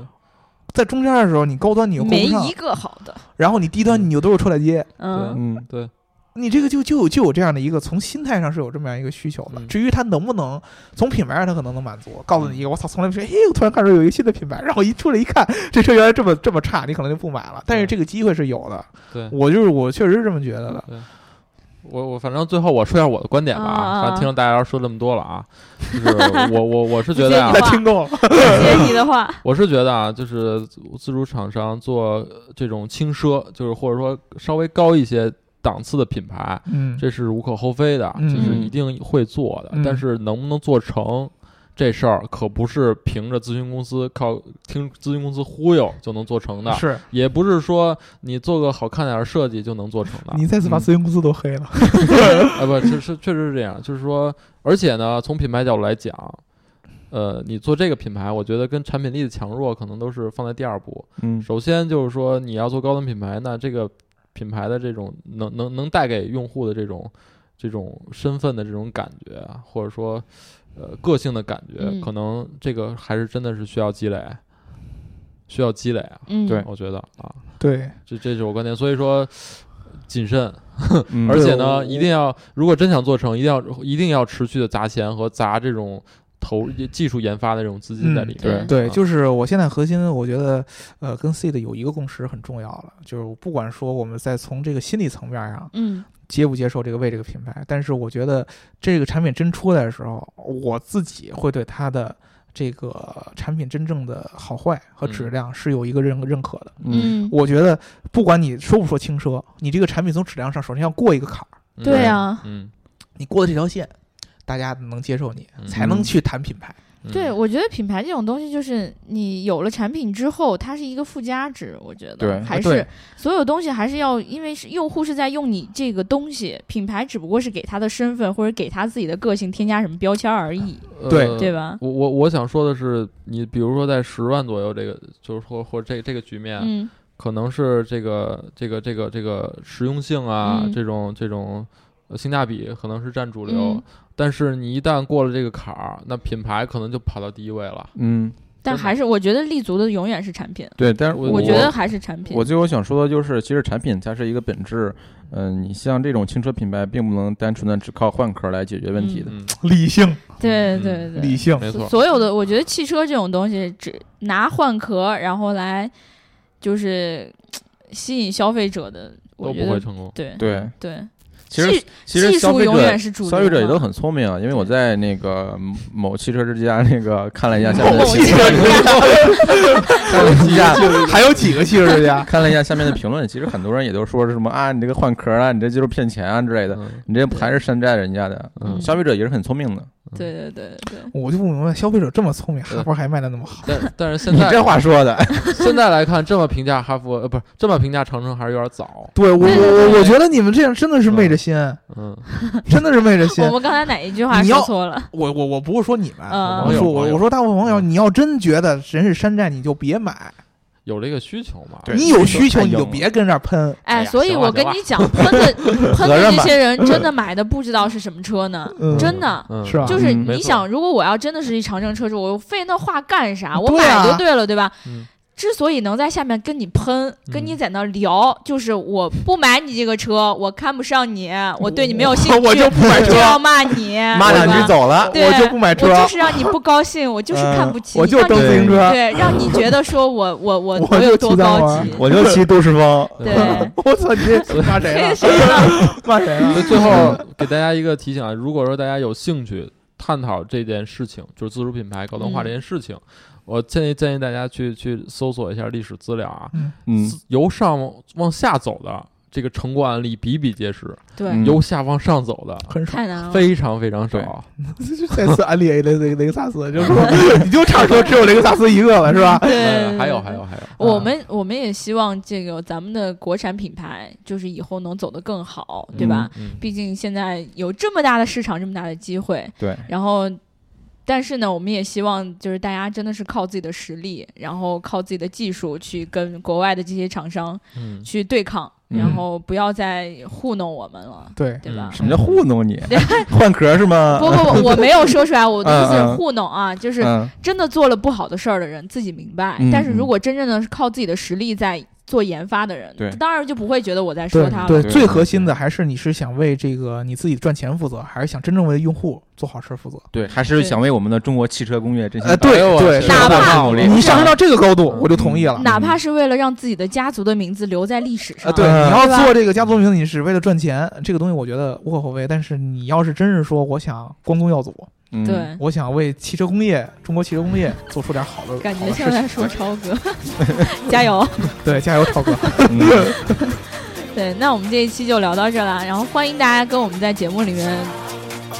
D: 在中间儿的时候，你高端你又够
C: 没
D: 不上
C: 一，个好的，
D: 然后你低端你又都是车载机，
C: 嗯，
E: 嗯，
F: 对，
D: 你这个就就有就有这样的一个从心态上是有这么样一个需求的。
F: 嗯
D: 至于它能不能从品牌上，它可能能满足。告诉你一个，我操，从来没说，嘿，我突然看到有一个新的品牌，然后一出来一看，这车原来这么这么差，你可能就不买了。但是这个机会是有的，
F: 对
D: 我就是我确实是这么觉得的。
F: 我我反正最后我说一下我的观点吧
C: 啊啊
F: 啊，反正听了大家说这么多了啊， 就是我我我是觉得啊
C: 哇
D: 他听够了，
C: 接你的话，
F: 我是觉得啊，就是自主厂商做呃这种轻奢，就是或者说稍微高一些档次的品牌，
D: 嗯，
F: 这是无可厚非的，
D: 嗯
F: 就是一定会做的。
D: 嗯
F: 但是能不能做成这事儿，可不是凭着咨询公司靠听咨询公司忽悠就能做成的，
D: 是
F: 也不是说你做个好看点儿的设计就能做成的。
D: 你再次把咨询公司都黑了。
F: 啊，不，是是确实是这样，就是说，而且呢，从品牌角度来讲，呃，你做这个品牌，我觉得跟产品力的强弱可能都是放在第二步。
E: 嗯，
F: 首先就是说，你要做高端品牌，那这个品牌的这种能能能带给用户的这种这种身份的这种感觉啊，或者说呃个性的感觉，
C: 嗯
F: 可能这个还是真的是需要积累，需要积累啊，
C: 嗯，
E: 对
F: 我觉得啊，
D: 对，
F: 这这是我观点，所以说谨慎。
E: 嗯
F: 而
D: 对
F: 且
D: 我
F: 呢，一定要如果真想做成，一定要一定要持续的砸钱和砸这种投技术研发的这种资金在里面。
C: 嗯
D: 对，
F: 啊
D: 就是我现在核心，我觉得，呃，跟 C 的有一个共识很重要了，就是不管说我们在从这个心理层面上
C: 嗯，
D: 接不接受这个为这个品牌，但是我觉得这个产品真出来的时候，我自己会对它的这个产品真正的好坏和质量是有一个认认可的。
E: 嗯
C: 嗯，
D: 我觉得不管你说不说轻奢，你这个产品从质量上首先要过一个坎儿，
F: 嗯
C: 对啊，
F: 嗯，
D: 你过了这条线，大家能接受你，
F: 嗯
D: 才能去谈品牌。
F: 嗯
C: 对，我觉得品牌这种东西，就是你有了产品之后，它是一个附加值。我觉得
E: 对
C: 嗯
F: 呃
C: 还是
D: 对
C: 所有东西还是要，因为是用户是在用你这个东西，品牌只不过是给他的身份或者给他自己的个性添加什么标签而已，
F: 呃
D: 对
C: 对？吧？
F: 我我我想说的是，你比如说在十万左右这个，就是或或这这个局面，
C: 嗯
F: 可能是这个这个这个这个实用性啊，
C: 嗯
F: 这种这种呃性价比可能是占主流，
C: 嗯，
F: 但是你一旦过了这个坎儿，那品牌可能就跑到第一位了。
E: 嗯，
C: 但
F: 真的
C: 还是我觉得立足的永远是产品，
E: 对，但是
F: 我
C: 我觉得还是产品
E: 我。最后想说的就是，其实产品它是一个本质，嗯、你像这种轻奢品牌，并不能单纯的只靠换壳来解决问题的。
F: 嗯，
D: 理性，
C: 对
F: 嗯
C: 对对，
D: 理性。
F: 没错。
C: 哦所有的，我觉得汽车这种东西，只拿换壳，然后来就是嘖吸引消费者的，我
F: 都
C: 觉
F: 不会
C: 得
F: 成功。
C: 对
E: 对，
C: 对，
E: 其实
C: 技
E: 其实
C: 技
E: 消
C: 术
E: 费
C: 永远
E: 者
C: 是主流嘛。
E: 消费者也都很聪明啊，因为我在那个某某汽车之家那个看了一下下面的
C: 某
E: 评
C: 汽车
E: 论， 看了一下
D: 还有几个汽车之 家？
E: 看了一下下面的评论，其实很多人也都说是什么啊，你这个换壳啊，你这就是骗钱啊之类的，
F: 嗯
E: 你这还是山寨人家的。
C: 嗯
E: 消费者也是很聪明的，
C: 对对对对对，
D: 我就不明白，消费者这么聪明，
F: 对
D: 哈佛还卖的那么好，
F: 但但是现
E: 你
F: 在
E: 这话说的，
F: 现在来看，这么评价哈佛呃不是这么评价长城还是有点早。
D: 对我
C: 对对
D: 我
C: 对
D: 我觉得你们这样真的是昧着心，
F: 嗯，
D: 真的是昧着心
C: 我。们刚才哪一句话
D: 你
C: 说
D: 要哎
C: 错了？
D: 我我我不是说你们，
C: 嗯
D: 我说
F: 网
D: 我
F: 友
D: 我说大部分网友，
F: 嗯
D: 你要真觉得人是山寨，你就别买，
F: 有这个需求嘛？
E: 对
D: 你有需
E: 太
D: 求
E: 硬
D: 你就
E: 了
D: 别跟这儿喷。
F: 哎
C: 哎，
F: 呀
C: 所以
F: 行了
C: 我跟
F: 行了
C: 你讲， 喷的喷
E: 合
C: 的
E: 着
C: 这
E: 买
C: 些人真的买的不知道是什么车呢？
D: 嗯
C: 真的
F: 嗯，
D: 是吧
C: 就是
E: 嗯
F: 没
C: 你
F: 错
C: 想，如果我要真的是一长城车主，我费那话干啥？我
D: 对
C: 买
D: 啊
C: 就对了，对吧？
F: 嗯
C: 之所以能在下面跟你喷，跟你
F: 嗯
C: 在那儿聊，就是我不买你这个车，我看不上你，我对你没 有兴趣，
D: 我就 不买车
C: 就要骂你，
D: 骂
C: 对
D: 两
C: 吧
D: 句走了，
C: 对
D: 我就不买车呃
C: 我，就是让你不高 兴，我就是看不起你，
D: 我就
C: 让
D: 蹬
C: 你
D: 自行车，
C: 对，让你觉得说我我我
D: 我
C: 我有
D: 就
C: 多
D: 骑单
C: 高
D: 玩
C: 级，
E: 我就骑都市风，
C: 对，
D: 我操，你这骂谁
C: 这
D: 了
F: 啊
C: 个？谁呢？
D: 骂谁
F: 所
D: 了
F: 以？最后给大家一个提醒啊，如果说大家有兴趣探讨这件事情，就是自主品牌高端
C: 嗯
F: 化这件事情，我建议建议大家去去搜索一下历史资料啊，
D: 嗯，
E: 嗯，
F: 由上往下走的这个成功案例比比皆是，
C: 对，啊
E: 嗯
F: 由下往上走的
D: 很爽。
C: 太难了。
F: 非常非常
E: 对
F: 少。
D: 再次安利雷雷雷克萨斯，就是 说你就差说只有雷克萨斯一个了，是吧？
C: 对
F: 嗯，还有
C: 对
F: 还有还有，
C: 我们我们也希望这个咱们的国产品牌，就是以后能走得更好，对吧？
F: 嗯？嗯
C: 毕竟现在有这么大的市场，这么大的机会，
E: 对，
C: 然后，但是呢，我们也希望就是大家真的是靠自己的实力，然后靠自己的技术去跟国外的这些厂商
F: 嗯，
C: 去对抗，
E: 嗯
C: 然后不要再糊弄我们了，
D: 对，
C: 对吧？
E: 什么叫糊弄你？换壳是 吗？
C: 不不不，我没有说出来，我的意思
E: 嗯嗯
C: 是糊弄啊，就是
E: 嗯，
C: 真的做了不好的事儿的人自己明白，
E: 嗯
C: 但是如
E: 嗯
C: 果真正的是靠自己的实力在做研发的人，
E: 对
C: 当然就不会觉得我在说
D: 对
C: 他
D: 对，
C: 了。
E: 对
D: 最核心的还是你是想为这个你自己赚钱负责，还是想真正为用户做好事负责？
E: 对，还是想为我们的中国汽车工业振兴
D: 呃，对
E: 哎呦
D: 对
E: 是
C: 哪
E: 大
C: 怕
E: 力努力，
D: 你上升到这个高度，
F: 嗯
D: 我就同意了。
C: 哪怕是为了让自己的家族的名字留在历史上，
D: 啊，对，
E: 嗯
D: 你要
C: 对吧
D: 做这个家族名，你是为了赚钱，这个东西我觉得无可厚非。但是你要是真是说我想光宗耀祖，
E: 嗯，
C: 对
D: 我想为汽车工业、中国汽车 工业做出点好的，
C: 感
D: 好
C: 觉
D: 的
C: 像
D: 事
C: 在
D: 情。
C: 说超哥， 加油！
D: 对，加油，超哥！
E: 嗯
C: 对，那我们这一期就聊到这了，然后欢迎大家跟我们在节目里面，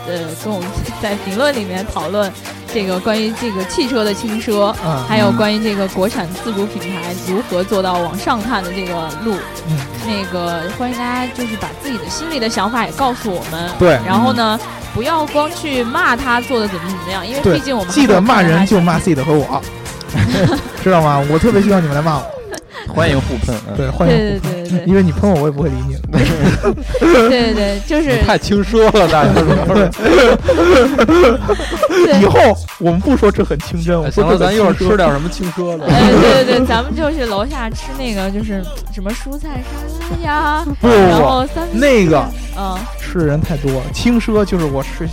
C: 呃，跟我们在评论里面讨论这个关于这个汽车的轻奢，
D: 嗯，
C: 还有关于这个国产自主品牌如何做到往上看的这个路，
D: 嗯
C: 那个欢迎大家就是把自己的心里的想法也告诉我们，
D: 对，
C: 然后呢，不要光去骂他做的怎么怎么样，因为
D: 对
C: 毕竟我们还
D: 记
C: 没
D: 得
C: 有看
D: 骂
C: 到他
D: 人就骂 C 的 和我，知道吗？我特别希望你们来骂我，
E: 欢迎互喷，嗯
D: 对，欢迎
C: 对对
D: 互
C: 对对
D: 因为你喷我，我也不会理你。
C: 对对对， 就是
F: 太轻奢了，大家说
C: 对
D: 以后我们不说这很清真，我
F: 哎
D: 们
F: 行
D: 说这
F: 了，咱
D: 很
F: 一会儿
D: 轻
F: 吃
D: 奢
F: 点什么轻奢的？
C: 呃，对对对，咱们就去楼下吃那个，就是什么蔬菜沙拉呀，
D: 不
C: 然
D: 不
C: 后三
D: 不， 那个
C: 不，嗯，
D: 吃的人太多了，轻奢就是我吃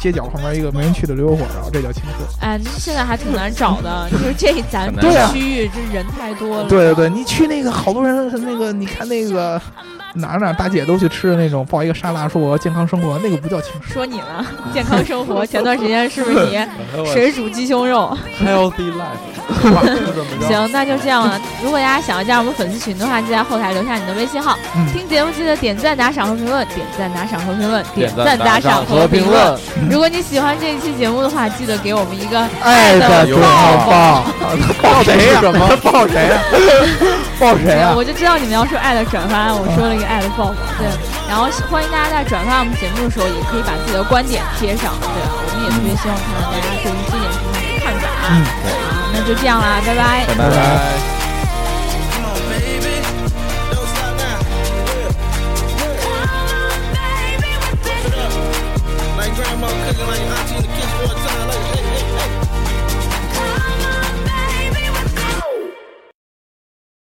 D: 街角旁边一个没人去的驴肉火烧，这叫轻奢。
C: 哎，现在还挺难找的，就是这咱们
D: 对啊
C: 区域这人太多了，
D: 对对对，你去那个好多人，那个你看那个哪儿哪儿大姐都去吃的那种，抱一个沙拉说我要健康生活，那个不叫轻奢。
C: 说你呢，健康生活，前段时间是不是 你水煮鸡胸肉？
F: 哎 Healthy life，怎么着？
C: 行，那就这样了。如果大家想要加入我们粉丝群的话，就在后台留下你的微信号。
D: 嗯
C: 听节目记得点赞、打赏和评论，点赞、打赏和评论，点赞、
F: 打
C: 赏
F: 和
C: 评
F: 论。。
C: 如果你喜欢这一期节目的话，记得给我们一个
D: 爱
C: 的
D: 的
C: 拥抱
D: 抱， 抱谁呀？抱谁呀？ 抱谁呀？
C: 我就知道你们要说爱的转发，我说了一个爱的抱抱。对，然后欢迎大家在转发我们节目的时候，也可以把自己的观点贴上。对，我们也特别希望看到大家对于这件事情的看法。
D: 嗯
C: 好，那就这样啦，拜拜。
E: 拜拜。
B: Like grandma cooking like auntie